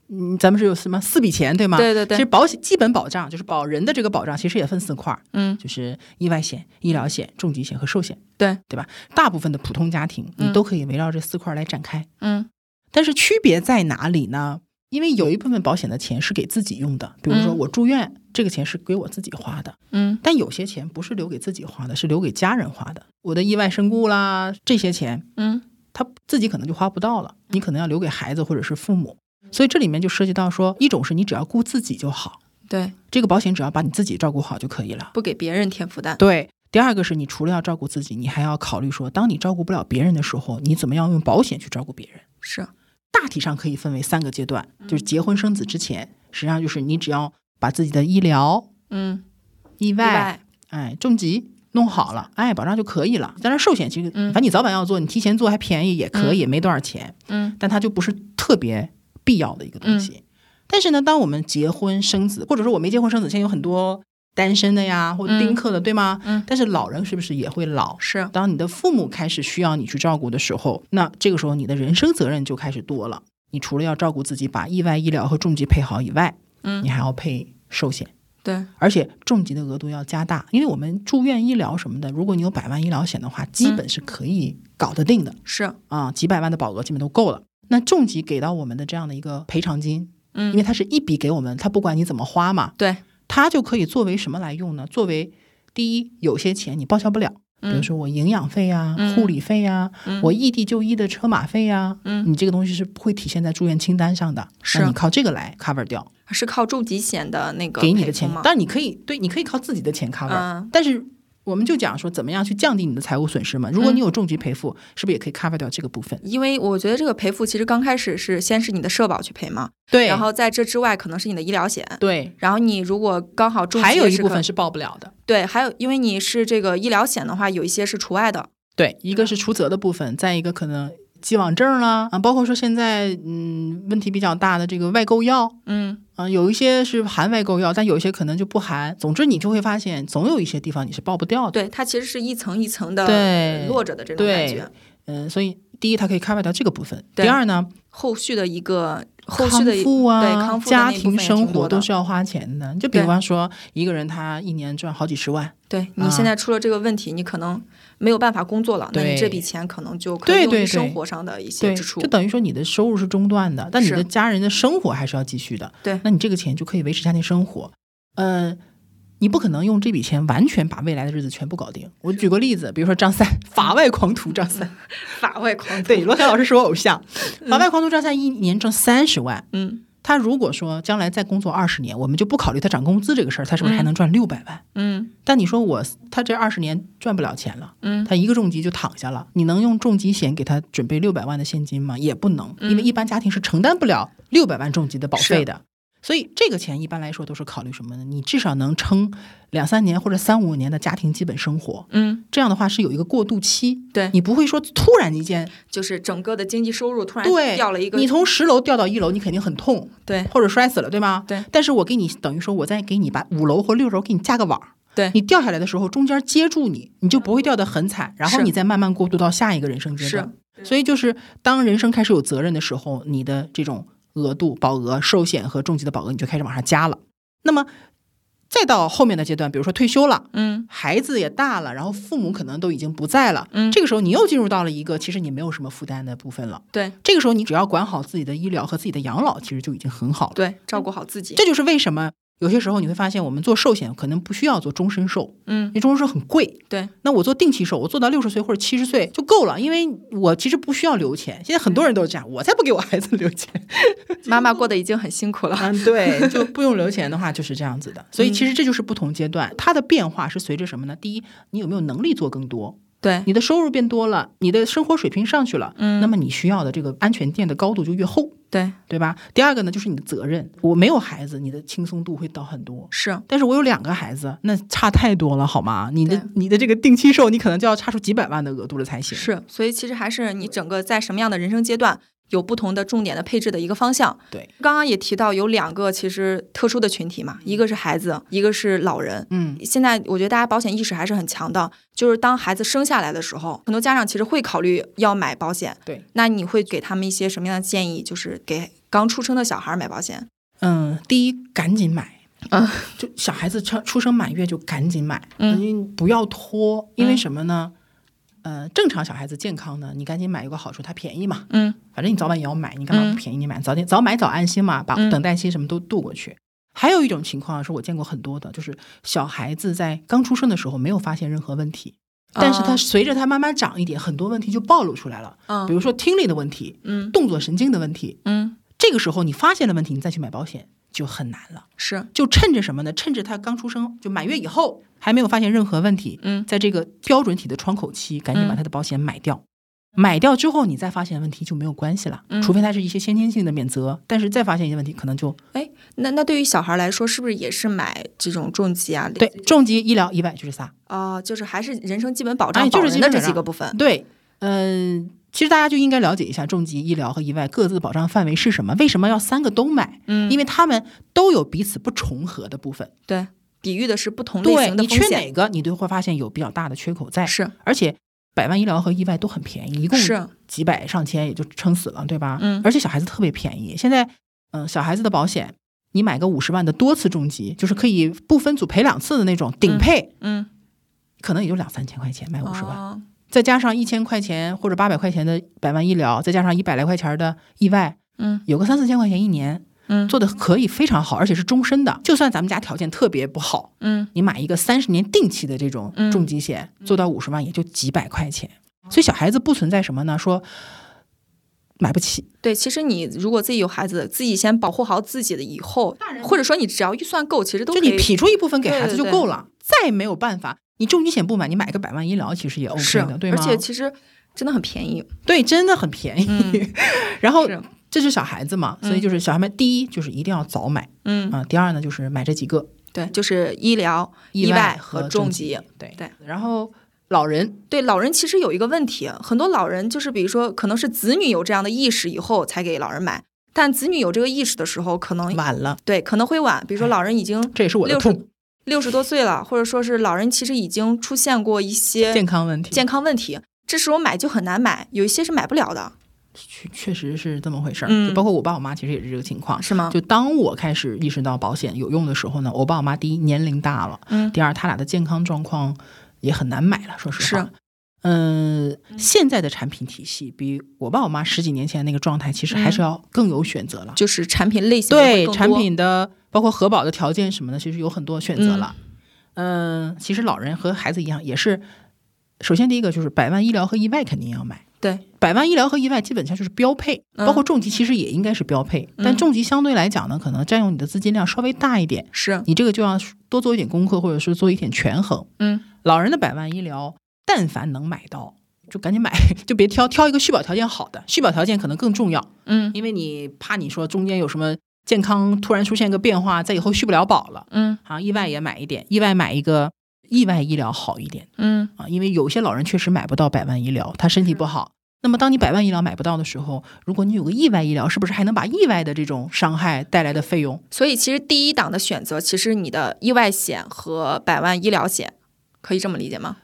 S2: 嗯，咱们是有什么四笔钱对吗？
S1: 对对对
S2: 其实保险基本保障就是保人的这个保障，其实也分四块儿，
S1: 嗯，
S2: 就是意外险、医疗险、重疾险和寿险，
S1: 对，
S2: 对吧？大部分的普通家庭你
S1: 嗯
S2: 都可以围绕这四块儿来展开，
S1: 嗯
S2: 但是区别在哪里呢？因为有一部分保险的钱是给自己用的，比如说
S1: 嗯
S2: 我住院，这个钱是给我自己花的，
S1: 嗯
S2: 但有些钱不是留给自己花的，是留给家人花的。我的意外身故啦，这些钱
S1: 嗯
S2: 他自己可能就花不到了，你可能要留给孩子或者是父母。所以这里面就涉及到说，一种是你只要顾自己就好，，
S1: 对，
S2: 这个保险只要把你自己照顾好就可以了。
S1: 不给别人添负担。
S2: 对，第二个是你除了要照顾自己，你还要考虑说，当你照顾不了别人的时候，你怎么样用保险去照顾别人？
S1: 是，
S2: 大体上可以分为三个阶段，
S1: 嗯
S2: 就是结婚生子之前，实际上就是你只要把自己的医疗、
S1: 嗯，
S2: 意
S1: 意外，
S2: 哎，重疾弄好了，哎，保障就可以了。当然，寿险其实
S1: 嗯
S2: 反正你早晚要做，你提前做还便宜，也可以，也没多少钱，
S1: 嗯
S2: 但它就不是特别必要的一个东西。但是呢，当我们结婚生子，或者说我没结婚生子，现在有很多单身的呀，或者丁克的，对吗？
S1: 嗯
S2: 但是老人是不是也会老？
S1: 是，
S2: 当你的父母开始需要你去照顾的时候，那这个时候你的人生责任就开始多了。你除了要照顾自己，把意外、医疗和重疾配好以外，
S1: 嗯
S2: 你还要配寿险。
S1: 对，
S2: 而且重疾的额度要加大，因为我们住院医疗什么的，如果你有百万医疗险的话，基本是可以搞得定的、
S1: 是，
S2: 啊，几百万的保额基本都够了。那重疾给到我们的这样的一个赔偿金，因为
S1: 嗯，
S2: 它是一笔给我们，它不管你怎么花嘛，
S1: 对，
S2: 它就可以作为什么来用呢？作为第一，有些钱你报销不了，
S1: 嗯
S2: 比如说我营养费啊、
S1: 嗯
S2: 护理费啊、
S1: 嗯
S2: 我异地就医的车马费啊，
S1: 嗯
S2: 你这个东西是不会体现在住院清单上的，
S1: 是
S2: 那你靠这个来 cover 掉。
S1: 是靠重疾险的那个
S2: 给你
S1: 赔
S2: 的钱
S1: 付吗，
S2: 但你可以对，你可以靠自己的钱 cover，、
S1: 嗯
S2: 但是我们就讲说怎么样去降低你的财务损失嘛。如果
S1: 嗯
S2: 你有重疾赔付，是不是也可以 cover 掉这个部分？
S1: 因为我觉得这个赔付其实刚开始是先是你的社保去赔嘛，
S2: 对
S1: 然后在这之外可能是你的医疗险，
S2: 对，
S1: 然后你如果刚好重疾
S2: 还有
S1: 也
S2: 一
S1: 是
S2: 部
S1: 可
S2: 分是报不了的。
S1: 对，还有因为你是这个医疗险的话，有一些是除外的，
S2: 对，一
S1: 嗯
S2: 个是出责的部分，再一个可能既往症啦啊，包括说现在嗯问题比较大的这个外购药。
S1: 嗯
S2: 啊、有一些是含外购药，但有一些可能就不含。总之，你就会发现，总有一些地方你是报不掉的。
S1: 对，它其实是一层一层的
S2: 对
S1: 落着的这种感
S2: 对
S1: 觉，
S2: 嗯、所以第一，它可以 cover 掉这个部分；
S1: 对
S2: 第二呢，
S1: 后续的一个后
S2: 康
S1: 续的一
S2: 复啊，
S1: 对康复的那
S2: 家
S1: 一部分
S2: 庭
S1: 也
S2: 生
S1: 挺多
S2: 活都
S1: 的
S2: 是要花钱的。就比
S1: 对
S2: 方说，一个人他一年赚好几十万，
S1: 对你
S2: 啊
S1: 现在出了这个问题，你可能没有办法工作了，那你
S2: 对
S1: 这笔钱可能就可以
S2: 对
S1: 用
S2: 对
S1: 于
S2: 对
S1: 生活上的一些
S2: 对，
S1: 支出
S2: 就。等于说你的收入是中断的，但你
S1: 是
S2: 的家人的生活还是要继续的。
S1: 对
S2: 那你这个钱就可以维持家庭生活。呃，你不可能用这笔钱完全把未来的日子全部搞定。我举个例子，比如说张三， 法外狂徒张三，
S1: 法外狂
S2: 对，罗翔老师是我偶像，法外狂徒张三一年挣三十万。
S1: 嗯
S2: 他如果说将来再工作二十年，我们就不考虑他涨工资这个事儿，他是不是还
S1: 嗯
S2: 能赚六百万？
S1: 嗯
S2: 但你说我他这二十年赚不了钱了，
S1: 嗯
S2: 他一个重疾就躺下了，你能用重疾险给他准备六百万的现金吗？也不能，
S1: 嗯
S2: 因为一般家庭是承担不了六百万重疾的保费的。所以这个钱一般来说都是考虑什么呢？你至少能撑两三年或者三五年的家庭基本生活，
S1: 嗯，
S2: 这样的话是有一个过渡期。
S1: 对
S2: 你不会说突然一间，
S1: 就是整个的经济收入突然
S2: 对，
S1: 掉了一个，
S2: 你从十楼掉到一楼，你肯定很痛，
S1: 对
S2: 或者摔死了，对吗？
S1: 对。
S2: 但是我给你等于说，我再给你把五楼或六楼给你架个网儿，
S1: 对
S2: 你掉下来的时候，中间接住你，你就不会掉得很惨，然后
S1: 是
S2: 你再慢慢过渡到下一个人生阶段。所以就是当人生开始有责任的时候，你的这种额度、保额、寿险和重疾的保额，你就开始往上加了。那么再到后面的阶段，比如说退休了。
S1: 嗯
S2: 孩子也大了，然后父母可能都已经不在了，
S1: 嗯
S2: 这个时候你又进入到了一个其实你没有什么负担的部分了。
S1: 对
S2: 这个时候你只要管好自己的医疗和自己的养老，其实就已经很好了。
S1: 对，照顾好自己，
S2: 这就是为什么有些时候你会发现，我们做寿险可能不需要做终身寿，
S1: 嗯
S2: 因为终身寿很贵。
S1: 对
S2: 那我做定期寿，我做到六十岁或者七十岁就够了，因为我其实不需要留钱。现在很多人都是这样，我才不给我孩子留钱。
S1: 妈妈过得已经很辛苦了，
S2: 嗯，对， 嗯就不用留钱的话就是这样子的。所以其实这就是不同阶段，它的变化是随着什么呢？第一，你有没有能力做更多？
S1: 对
S2: 你的收入变多了，你的生活水平上去了，
S1: 嗯
S2: 那么你需要的这个安全垫的高度就越厚，
S1: 对
S2: 对吧？第二个呢，就是你的责任。我没有孩子，你的轻松度会到很多。
S1: 是，
S2: 但是我有两个孩子，那差太多了，好吗？你的
S1: 对
S2: 你的这个定期寿，你可能就要差出几百万的额度了才行。
S1: 是，所以其实还是你整个在什么样的人生阶段，有不同的重点的配置的一个方向。
S2: 对，
S1: 刚刚也提到有两个其实特殊的群体嘛，一个是孩子，一个是老人。
S2: 嗯，
S1: 现在我觉得大家保险意识还是很强的，就是当孩子生下来的时候，很多家长其实会考虑要买保险。
S2: 对，
S1: 那你会给他们一些什么样的建议？就是给刚出生的小孩买保险。
S2: 嗯，第一，赶紧买。
S1: 嗯，
S2: 就小孩子出出生满月就赶紧买，
S1: 嗯
S2: 嗯，不要拖，因为
S1: 嗯
S2: 什么呢？呃，正常小孩子健康呢，你赶紧买有个好处，它便宜嘛，
S1: 嗯
S2: 反正你早晚也要买，你干嘛
S1: 嗯
S2: 不便宜？你买早点早买早安心嘛，把
S1: 嗯
S2: 等待期什么都度过去。还有一种情况是我见过很多的，就是小孩子在刚出生的时候没有发现任何问题，但是他
S1: 啊
S2: 随着他慢慢长一点，很多问题就暴露出来了，比
S1: 嗯
S2: 如说听力的问题、
S1: 嗯
S2: 动作神经的问题。
S1: 嗯，
S2: 这个时候你发现了问题，你再去买保险就很难了。
S1: 是
S2: 就趁着什么呢？趁着他刚出生就满月以后还没有发现任何问题，
S1: 嗯
S2: 在这个标准体的窗口期，赶紧把
S1: 嗯
S2: 他的保险买掉。买掉之后，你再发现问题就没有关系了，
S1: 嗯
S2: 除非它是一些先天性的免责，但是再发现一些问题，可能就
S1: 哎，那那对于小孩来说，是不是也是买这种重疾啊？
S2: 对重疾、医疗、意外就是仨。
S1: 啊、就是还是人生基本保障
S2: 哎
S1: 保
S2: 就
S1: 人
S2: 是基
S1: 的
S2: 本
S1: 这
S2: 上
S1: 几个部分。
S2: 对，嗯、其实大家就应该了解一下重疾、医疗和意外各自的保障范围是什么，为什么要三个都买？
S1: 嗯
S2: 因为他们都有彼此不重合的部分。
S1: 对，抵御的是不同类
S2: 对
S1: 型的
S2: 你
S1: 风
S2: 缺哎
S1: 险。
S2: 哪个，你都会发现有比较大的缺口在。
S1: 是
S2: 而且百万医疗和意外都很便宜，一共
S1: 是，
S2: 几百上千也就撑死了，对吧？
S1: 嗯
S2: 而且小孩子特别便宜，现在嗯、小孩子的保险，你买个五十万的多次重疾，就是可以不分组赔两次的那种顶配，
S1: 嗯，
S2: 可能也就两三千块钱买五十万，
S1: 哦
S2: 再加上一千块钱或者八百块钱的百万医疗，再加上一百来块钱的意外，
S1: 嗯
S2: 有个三四千块钱一年。
S1: 嗯
S2: 做的可以非常好，而且是终身的。就算咱们家条件特别不好，
S1: 嗯
S2: 你买一个三十年定期的这种
S1: 嗯
S2: 重疾险，做到五十万也就几百块钱。所以小孩子不存在什么呢？说买不起，
S1: 对，其实你如果自己有孩子，自己先保护好自己的以后，或者说你只要预算够，其实都
S2: 就
S1: 可
S2: 你
S1: 以
S2: 匹出一部分给孩子
S1: 对
S2: 就
S1: 对
S2: 够了。再没有办法，你重疾险不买，你买个百万医疗其实也 OK
S1: 是
S2: 的，对
S1: 而
S2: 吗？
S1: 且其实真的很便宜。
S2: 对，真的很便宜。
S1: 嗯
S2: 然后
S1: 是
S2: 这是小孩子嘛，所以就是小孩们，第一就是一定要早买
S1: 嗯，
S2: 啊，第二呢就是买这几个
S1: 对，就是医疗、意
S2: 外
S1: 外
S2: 和
S1: 和
S2: 重
S1: 重
S2: 疾
S1: 疾。，
S2: 对
S1: 对。
S2: 然后老人
S1: 对老人其实有一个问题，很多老人就是比如说，可能是子女有这样的意识以后才给老人买，但子女有这个意识的时候，可能
S2: 晚了，
S1: 对可能会晚，比如说老人已经
S2: 这也是我的
S1: 60
S2: 痛，
S1: 哎六十多岁了，或者说是老人其实已经出现过一些
S2: 健康问题，
S1: 健康问题，这时候买就很难买，有一些是买不了的，
S2: 确确实是这么回事儿。
S1: 嗯
S2: 就包括我爸我妈其实啊也是这个情况。
S1: 是吗？
S2: 就当我开始意识到保险有用的时候呢，我爸我妈第一年龄大了，
S1: 嗯
S2: 第二他俩的健康状况也很难买了，说实话
S1: 是。
S2: 嗯，现在的产品体系比我爸我妈十几年前那个状态，其实还是要更有选择了。
S1: 嗯就是产品类型
S2: 对
S1: 会更多
S2: 产品的包括核保的条件什么的，其实有很多选择
S1: 嗯
S2: 了。嗯、其实老人和孩子一样，也是首先第一个就是百万医疗和意外肯定要买。
S1: 对，
S2: 百万医疗和意外基本上就是标配，
S1: 嗯
S2: 包括重疾其实也应该是标配，但
S1: 嗯
S2: 重疾相对来讲呢，可能占用你的资金量稍微大一点，
S1: 是
S2: 你这个就要多做一点功课，或者是做一点权衡。
S1: 嗯
S2: 老人的百万医疗，但凡能买到。就赶紧买， 就别挑，挑一个续保条件好的，续保条件可能更重要。
S1: 嗯
S2: 因为你怕你说中间有什么健康突然出现个变化，在以后续不了保了
S1: 嗯
S2: 啊，意外也买一点，意外买一个意外医疗好一点
S1: 嗯
S2: 啊，因为有些老人确实买不到百万医疗，他身体不好。那么，当你百万医疗买不到的时候，如果你有个意外医疗，是不是还能把意外的这种伤害带来的费用？
S1: 所以其实第一档的选择，其实你的意外险和百万医疗险，可以这么理解吗？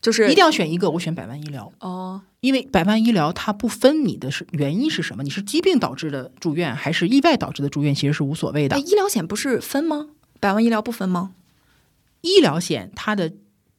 S1: 就是
S2: 一定要选一个，我选百万医疗，
S1: 哦，
S2: 因为百万医疗它不分你的是原因是什么，你是疾病导致的住院还是意外导致的住院，其实是无所谓的
S1: 那。医疗险不是分吗？百万医疗不分吗？
S2: 医疗险它的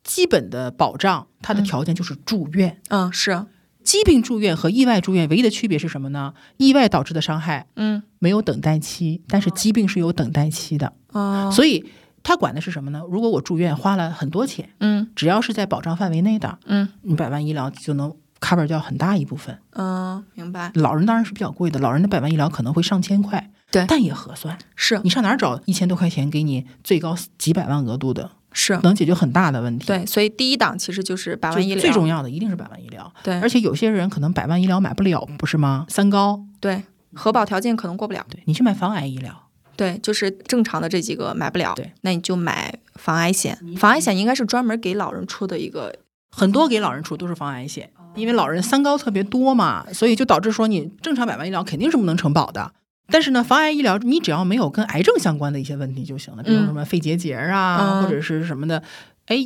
S2: 基本的保障，它的条件就是住院。
S1: 嗯，是，
S2: 疾病住院和意外住院唯一的区别是什么呢？意外导致的伤害
S1: 嗯，
S2: 没有等待期，但是疾病是有等待期的。
S1: 哦，
S2: 所以它管的是什么呢？如果我住院花了很多钱，
S1: 嗯
S2: 只要是在保障范围内的，
S1: 嗯
S2: 你百万医疗就能 cover 掉很大一部分。
S1: 嗯，明白，
S2: 老人当然是比较贵的，老人的百万医疗可能会上千块，
S1: 对
S2: 但也合算。
S1: 是
S2: 你上哪儿找一千多块钱给你最高几百万额度的，
S1: 是，
S2: 能解决很大的问题？
S1: 对，所以第一档其实就是百
S2: 就
S1: 万医疗，嗯
S2: 最重要的一定是百万医疗，
S1: 对，
S2: 而且有些人可能百万医疗买不了，不是吗？三高，
S1: 对核保条件可能过不了，
S2: 对你去买防癌医疗，
S1: 对，就是正常的这几个买不了，
S2: 对，
S1: 那你就买防癌险，防癌险应该是专门给老人出的一个，
S2: 很多给老人出都是防癌险，
S1: 哦
S2: 因为老人三高特别多嘛，所以就导致说你正常百万医疗肯定是不能承保的。但是呢，防癌医疗你只要没有跟癌症相关的一些问题就行了，比如
S1: 嗯
S2: 什么肺结节啊，
S1: 嗯
S2: 或者是什么的，哎，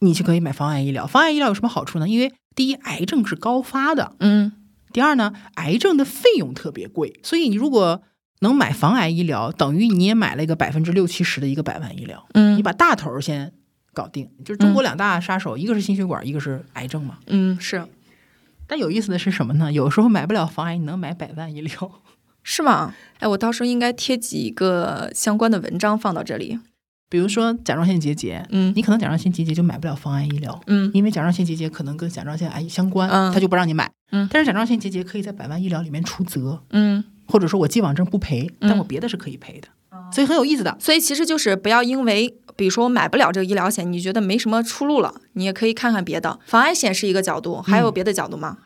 S2: 你就可以买防癌医疗。防癌医疗有什么好处呢？因为第一，癌症是高发的，
S1: 嗯
S2: 第二呢，癌症的费用特别贵，所以你如果能买防癌医疗，等于你也买了一个百分之六七十的一个百万医疗，你
S1: 嗯
S2: 把大头儿先搞定。就是中国两大杀手，一个是心血管，一个是癌症嘛。
S1: 嗯，是
S2: 但有意思的是什么呢？有时候买不了防癌，你能买百万医疗。
S1: 是吗？哎，我到时候应该贴几个相关的文章放到这里，
S2: 比如说甲状腺结节，
S1: 嗯
S2: 你可能甲状腺结节就买不了防癌医疗，
S1: 嗯
S2: 因为甲状腺结节可能跟甲状腺癌相关，
S1: 嗯
S2: 它就不让你买。
S1: 嗯
S2: 但是甲状腺结节可以在百万医疗里面除责，
S1: 嗯。
S2: 或者说我既往症不赔，但
S1: 嗯哦
S2: 我别的是可以赔的，所以很有意思的。
S1: 所以其实就是不要因为，比如说我买不了这个医疗险，你觉得没什么出路了，你也可以看看别的。防癌险是一个角度，还有别的角度吗？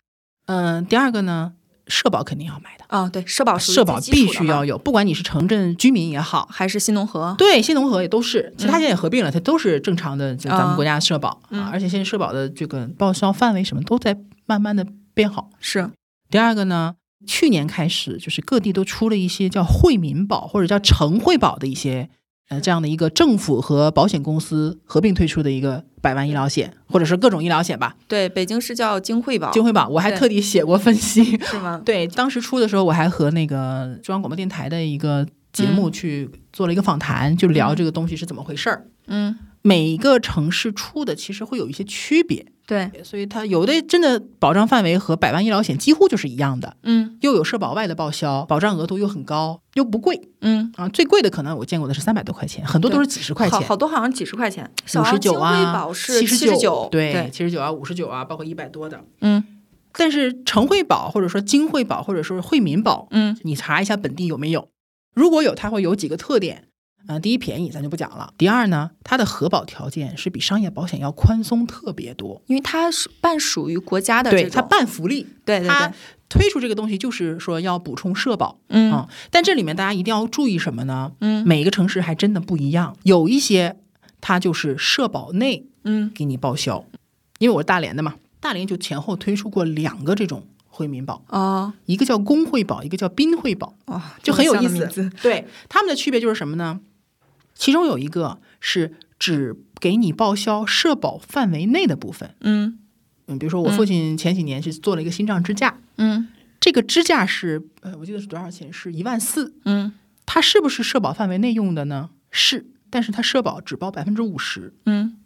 S2: 嗯，第二个呢，社保肯定要买的，
S1: 啊，对，社保是
S2: 社保必须要
S1: 有，
S2: 有，不管你是城镇居民也好，
S1: 还是新农合？
S2: 对，新农合也都是，其他县也合并了，它都是正常的，就咱们
S1: 嗯啊
S2: 国家的社保、啊
S1: 嗯，
S2: 而且现在社保的这个报销范围什么都在慢慢的变好。
S1: 是，
S2: 第二个呢，去年开始就是各地都出了一些叫惠民保或者叫城惠保的一些。呃，这样的一个政府和保险公司合并推出的一个百万医疗险，或者是各种医疗险吧，
S1: 对，北京市叫京惠保，
S2: 金惠保，我还
S1: 对
S2: 特地写过分析，
S1: 是吗？
S2: 对，当时出的时候，我还和那个中央广
S1: 嗯
S2: 播电台的一个节目去做了一个访谈，就聊这个东西是怎么回事儿。
S1: 嗯
S2: 每一个城市出的其实会有一些区别，
S1: 对，
S2: 所以它有的真的保障范围和百万医疗险几乎就是一样的，
S1: 嗯
S2: 又有社保外的报销，保障额度又很高，又不贵
S1: 嗯，
S2: 啊。最贵的可能我见过的是三百多块钱，很多都是几十块
S1: 好
S2: 钱，
S1: 好多好像几十块钱，小
S2: 五
S1: 儿
S2: 十九
S1: 金惠
S2: 啊
S1: 保，是
S2: 七
S1: 十
S2: 九，
S1: 对，
S2: 七十九啊，五十九啊，包括一百多的。
S1: 嗯
S2: 但是城惠保或者说金惠保或者说惠民保，
S1: 嗯
S2: 你查一下本地有没有，如果有，它会有几个特点。嗯、第一便宜咱就不讲了。第二呢，它的核保条件是比商业保险要宽松特别多，
S1: 因为它是半属于国家的这
S2: 对
S1: 种，
S2: 它办福利，
S1: 对对
S2: 它
S1: 对，
S2: 推出这个东西就是说要补充社保
S1: 嗯
S2: 啊、但这里面大家一定要注意什么呢？
S1: 嗯
S2: 每一个城市还真的不一样，有一些它就是社保内
S1: 嗯
S2: 给你报销，因为我是大连的嘛，大连就前后推出过两个这种惠民保，
S1: 哦
S2: 一个叫工惠保，一个叫宾惠保。
S1: 哦，这
S2: 就
S1: 么
S2: 很有
S1: 像
S2: 意
S1: 的名
S2: 思
S1: 字。
S2: 对，他们的区别就是什么呢？其中有一个是只给你报销社保范围内的部分。
S1: 嗯
S2: 嗯，比如说我父亲前几年是做了一个心脏支架，
S1: 嗯
S2: 这个支架是呃，我记得是多少钱？是一万四。
S1: 嗯
S2: 它是不是社保范围内用的呢？是，但是它社保只报百分之五十，
S1: 嗯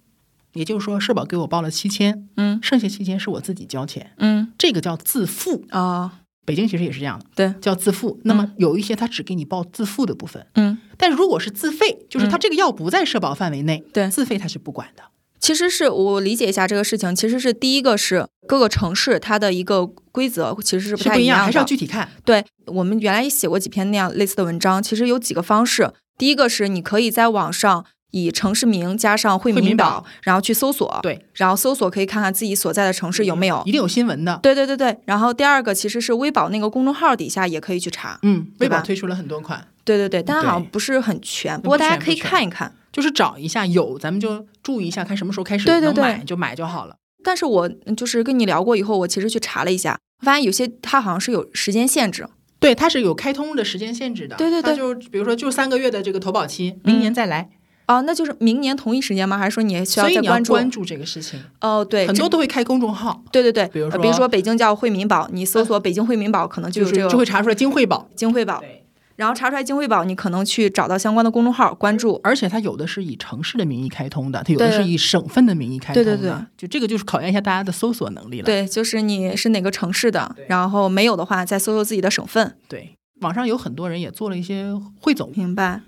S2: 也就是说社保给我报了七千，
S1: 嗯
S2: 剩下七千是我自己交钱，
S1: 嗯
S2: 这个叫自付。
S1: 哦，
S2: 北京其实也是这样的，
S1: 对，
S2: 叫自付。那么有一些它只给你报自付的部分，
S1: 嗯，
S2: 但如果是自费，就是它这个药不在社保范围内，
S1: 对
S2: 自费它是不管的。
S1: 其实是我理解一下这个事情，其实是第一个是各个城市它的一个规则其实是不
S2: 是
S1: 太
S2: 不一样，
S1: 的，
S2: 还是要具体看。
S1: 对我们原来也写过几篇那样类似的文章，其实有几个方式。第一个是你可以在网上以城市名加上惠
S2: 惠
S1: 民
S2: 民
S1: 保
S2: 保，
S1: 然后去搜索，
S2: 对，嗯
S1: 然后搜索可以看看自己所在的城市有没有
S2: 一。定有新闻的。
S1: 对对对对，然后第二个其实是微保那个公众号底下也可以去查，
S2: 嗯，
S1: 对
S2: 微
S1: 吧
S2: 保推出了很多款，
S1: 对对对，但它好像
S2: 对嗯
S1: 不是很全，不过
S2: 不
S1: 大家
S2: 全
S1: 可以
S2: 不全
S1: 看一看。
S2: 就是找一下有，咱们就注意一下，看什么时候开始
S1: 对对
S2: 能
S1: 对
S2: 买就买就好了。
S1: 但是我嗯就是跟你聊过以后，我其实去查了一下，发现有些它好像是有时间限制。
S2: 对，它是有开通的时间限制的。
S1: 对对对
S2: 它就比如说就三个月的这个投保期，明年再来。
S1: 哦，那就是明年同一时间吗？还是说你也需
S2: 所以
S1: 再
S2: 你要
S1: 关注？
S2: 关注这个事情，
S1: 哦，对，
S2: 很
S1: 这
S2: 多都会开公众号，
S1: 对对对，
S2: 比如
S1: 呃
S2: 说嗯
S1: 比如说北京叫惠民保，你搜索北京惠民保，可能就有
S2: 就是
S1: 这个
S2: 就会查出来金惠保。
S1: 金惠保。
S2: 对，
S1: 然后查出来金惠保，你可能去找到相关的公众号关注。
S2: 而且它有的是以城市的名义开通的，它有的
S1: 对
S2: 是以省份的名义开通的。
S1: 对对对，
S2: 就这个就是考验一下大家的搜索能力了。
S1: 对，就是你是哪个城市的，
S2: 对
S1: 然后没有的话再搜搜自己的省份。
S2: 对，网上有很多人也做了一些汇总，
S1: 明白？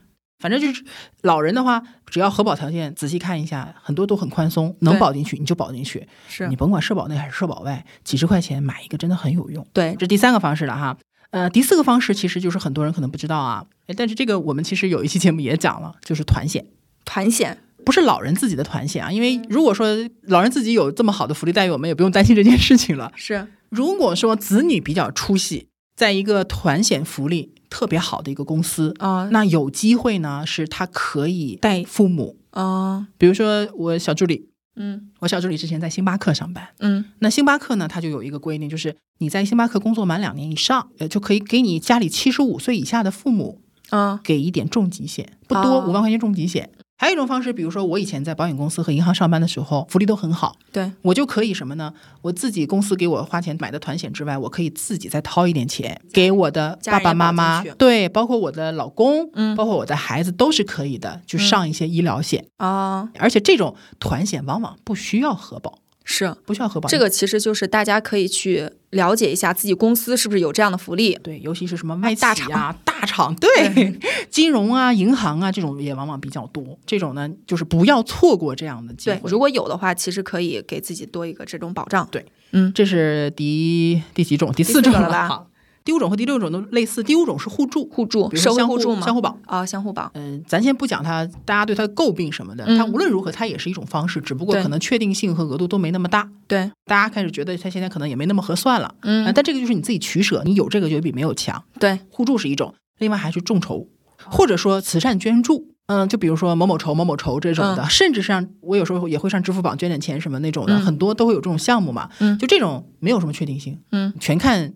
S2: 反正就是老人的话，只要核保条件仔细看一下，很多都很宽松，能
S1: 对
S2: 保进去你就保进去，
S1: 是
S2: 你甭管社保内还是社保外，几十块钱买一个真的很有用。
S1: 对
S2: 这是第三个方式了哈。呃，第四个方式其实就是很多人可能不知道啊，哎但是这个我们其实有一期节目也讲了，就是团险，
S1: 团险。
S2: 不是老人自己的团险啊，因为如果说老人自己有这么好的福利待遇，我们也不用担心这件事情了。
S1: 是，
S2: 如果说子女比较出息，在一个团险福利特别好的一个公司，
S1: 啊
S2: 那有机会呢，是他可以带父母。
S1: 哦，
S2: 比如说我小助理，
S1: 嗯
S2: 我小助理之前在星巴克上班，
S1: 嗯
S2: 那星巴克呢，它就有一个规定，就是你在星巴克工作满两年以上，呃，就可以给你家里七十五岁以下的父母
S1: 啊
S2: 给一点重疾险，不多
S1: 哦
S2: 五万块钱重疾险。还有一种方式，比如说我以前在保险公司和银行上班的时候，福利都很好，
S1: 对，
S2: 我就可以什么呢？我自己公司给我花钱买的团险之外，我可以自己再掏一点钱给我的
S1: 家
S2: 爸
S1: 人
S2: 爸妈
S1: 保
S2: 妈
S1: 进去，
S2: 对，包括我的老公，
S1: 嗯
S2: 包括我的孩子都是可以的，就
S1: 嗯
S2: 上一些医疗险。
S1: 哦，
S2: 而且这种团险往往不需要核保，
S1: 是
S2: 不需要核保。
S1: 这个其实就是大家可以去了解一下自己公司是不是有这样的福利。
S2: 对，尤其是什么外企
S1: 大
S2: 啊、大厂，对， 金融啊、银行啊这种也往往比较多。这种呢，就是不要错过这样的机
S1: 对
S2: 会，。
S1: 如果有的话，其实可以给自己多一个这种保障。
S2: 对，
S1: 嗯，
S2: 这是第第几种？第
S1: 四
S2: 四种
S1: 个了吧
S2: 好第五种和第六种都类似。第五种是互助，
S1: 互助，
S2: 比如
S1: 社
S2: 说
S1: 会
S2: 相
S1: 互助吗？
S2: 相互保。
S1: 啊，相互保。
S2: 嗯，咱先不讲它，大家对它诟病什么的，
S1: 嗯
S2: 它无论如何，它也是一种方式，只不过
S1: 对
S2: 可能确定性和额度都没那么大。
S1: 对，
S2: 大家开始觉得它现在可能也没那么合算了，啊
S1: 嗯，
S2: 但这个就是你自己取舍，你有这个就比没有强。
S1: 对，
S2: 互助是一种，另外还是众筹，
S1: 哦
S2: 或者说慈善捐助。嗯，就比如说某某筹、某某筹这种的，甚至上我有时候也会上支付榜捐点钱什么那种的，
S1: 嗯
S2: 很多都会有这种项目嘛。
S1: 嗯
S2: 就这种没有什么确定性，
S1: 嗯，
S2: 全看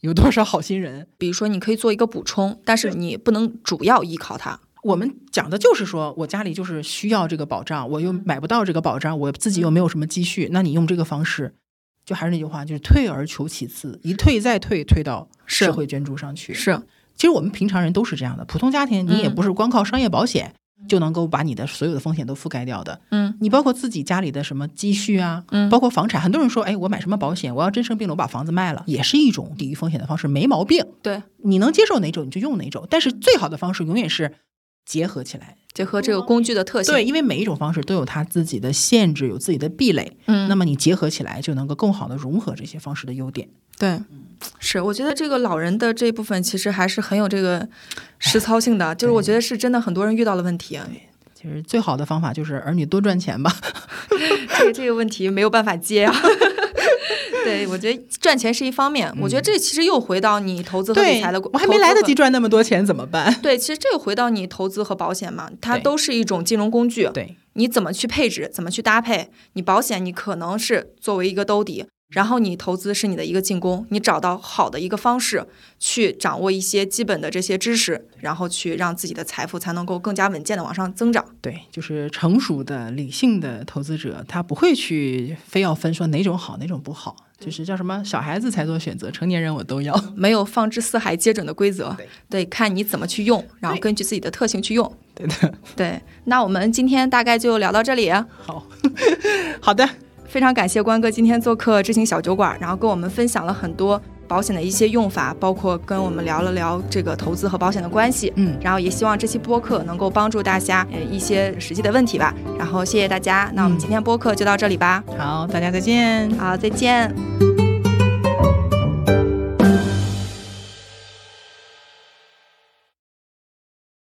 S2: 有多少好心人。
S1: 比如说你可以做一个补充，但是你不能主要依靠它。
S2: 我们讲的就是说，我家里就是需要这个保障，我又
S1: 嗯
S2: 买不到这个保障，我自己又没有什么积蓄，那你用这个方式，就还是那句话，就是退而求其次，一退再退，退到
S1: 是
S2: 社会捐助上去。
S1: 是，
S2: 其实我们平常人都是这样的，普通家庭你也
S1: 嗯
S2: 不是光靠商业保险，就能够把你的所有的风险都覆盖掉的。
S1: 嗯
S2: 你包括自己家里的什么积蓄啊，
S1: 嗯
S2: 包括房产，很多人说，哎，我买什么保险？我要真生病了，我把房子卖了，也是一种抵御风险的方式，没毛病。
S1: 对，
S2: 你能接受哪种你就用哪种，但是最好的方式永远是结合起来。
S1: 结合这个工具的特性，
S2: 对，因为每一种方式都有它自己的限制，有自己的壁垒。
S1: 嗯，
S2: 那么你结合起来，就能够更好的融合这些方式的优点。
S1: 对，
S2: 嗯
S1: 是，我觉得这个老人的这部分其实还是很有这个实操性的，就是我觉得是真的很多人遇到了问题，
S2: 其实最好的方法就是儿女多赚钱吧。
S1: 这个这个问题没有办法接啊。 对，我觉得赚钱是一方面，我觉得这其实又回到你投资和理
S2: 嗯对
S1: 财的，，
S2: 我还没来得及
S1: 投资
S2: 赚那么多钱怎么 办？
S1: 和。对，其实这个回到你投资和保险嘛，它
S2: 对
S1: 都是一种金融工具，
S2: 对，
S1: 你怎么去配置，怎么去搭配？你保险你可能是作为一个兜底，然后你投资是你的一个进攻，你找到好的一个方式去掌握一些基本的这些知识，然后去让自己的财富才能够更加稳健的往上增长。
S2: 对，就是成熟的、理性的投资者，他不会去非要分说哪种好、哪种不好，就是叫什么小孩子才做选择，成年人我都要。
S1: 没有放之四海皆准的规则，
S2: 对
S1: 看你怎么去用，然后
S2: 对
S1: 根据自己的特性去用。
S2: 对的，
S1: 对，那我们今天大概就聊到这里。啊
S2: 好 好的，
S1: 非常感谢关哥今天做客知行小酒馆，然后跟我们分享了很多保险的一些用法，包括跟我们聊了聊这个投资和保险的关系。
S2: 嗯，
S1: 然后也希望这期播客能够帮助大家呃一些实际的问题吧。然后谢谢大家，那我们今天播客就到这里吧。
S2: 好，大家再见。
S1: 好，再见。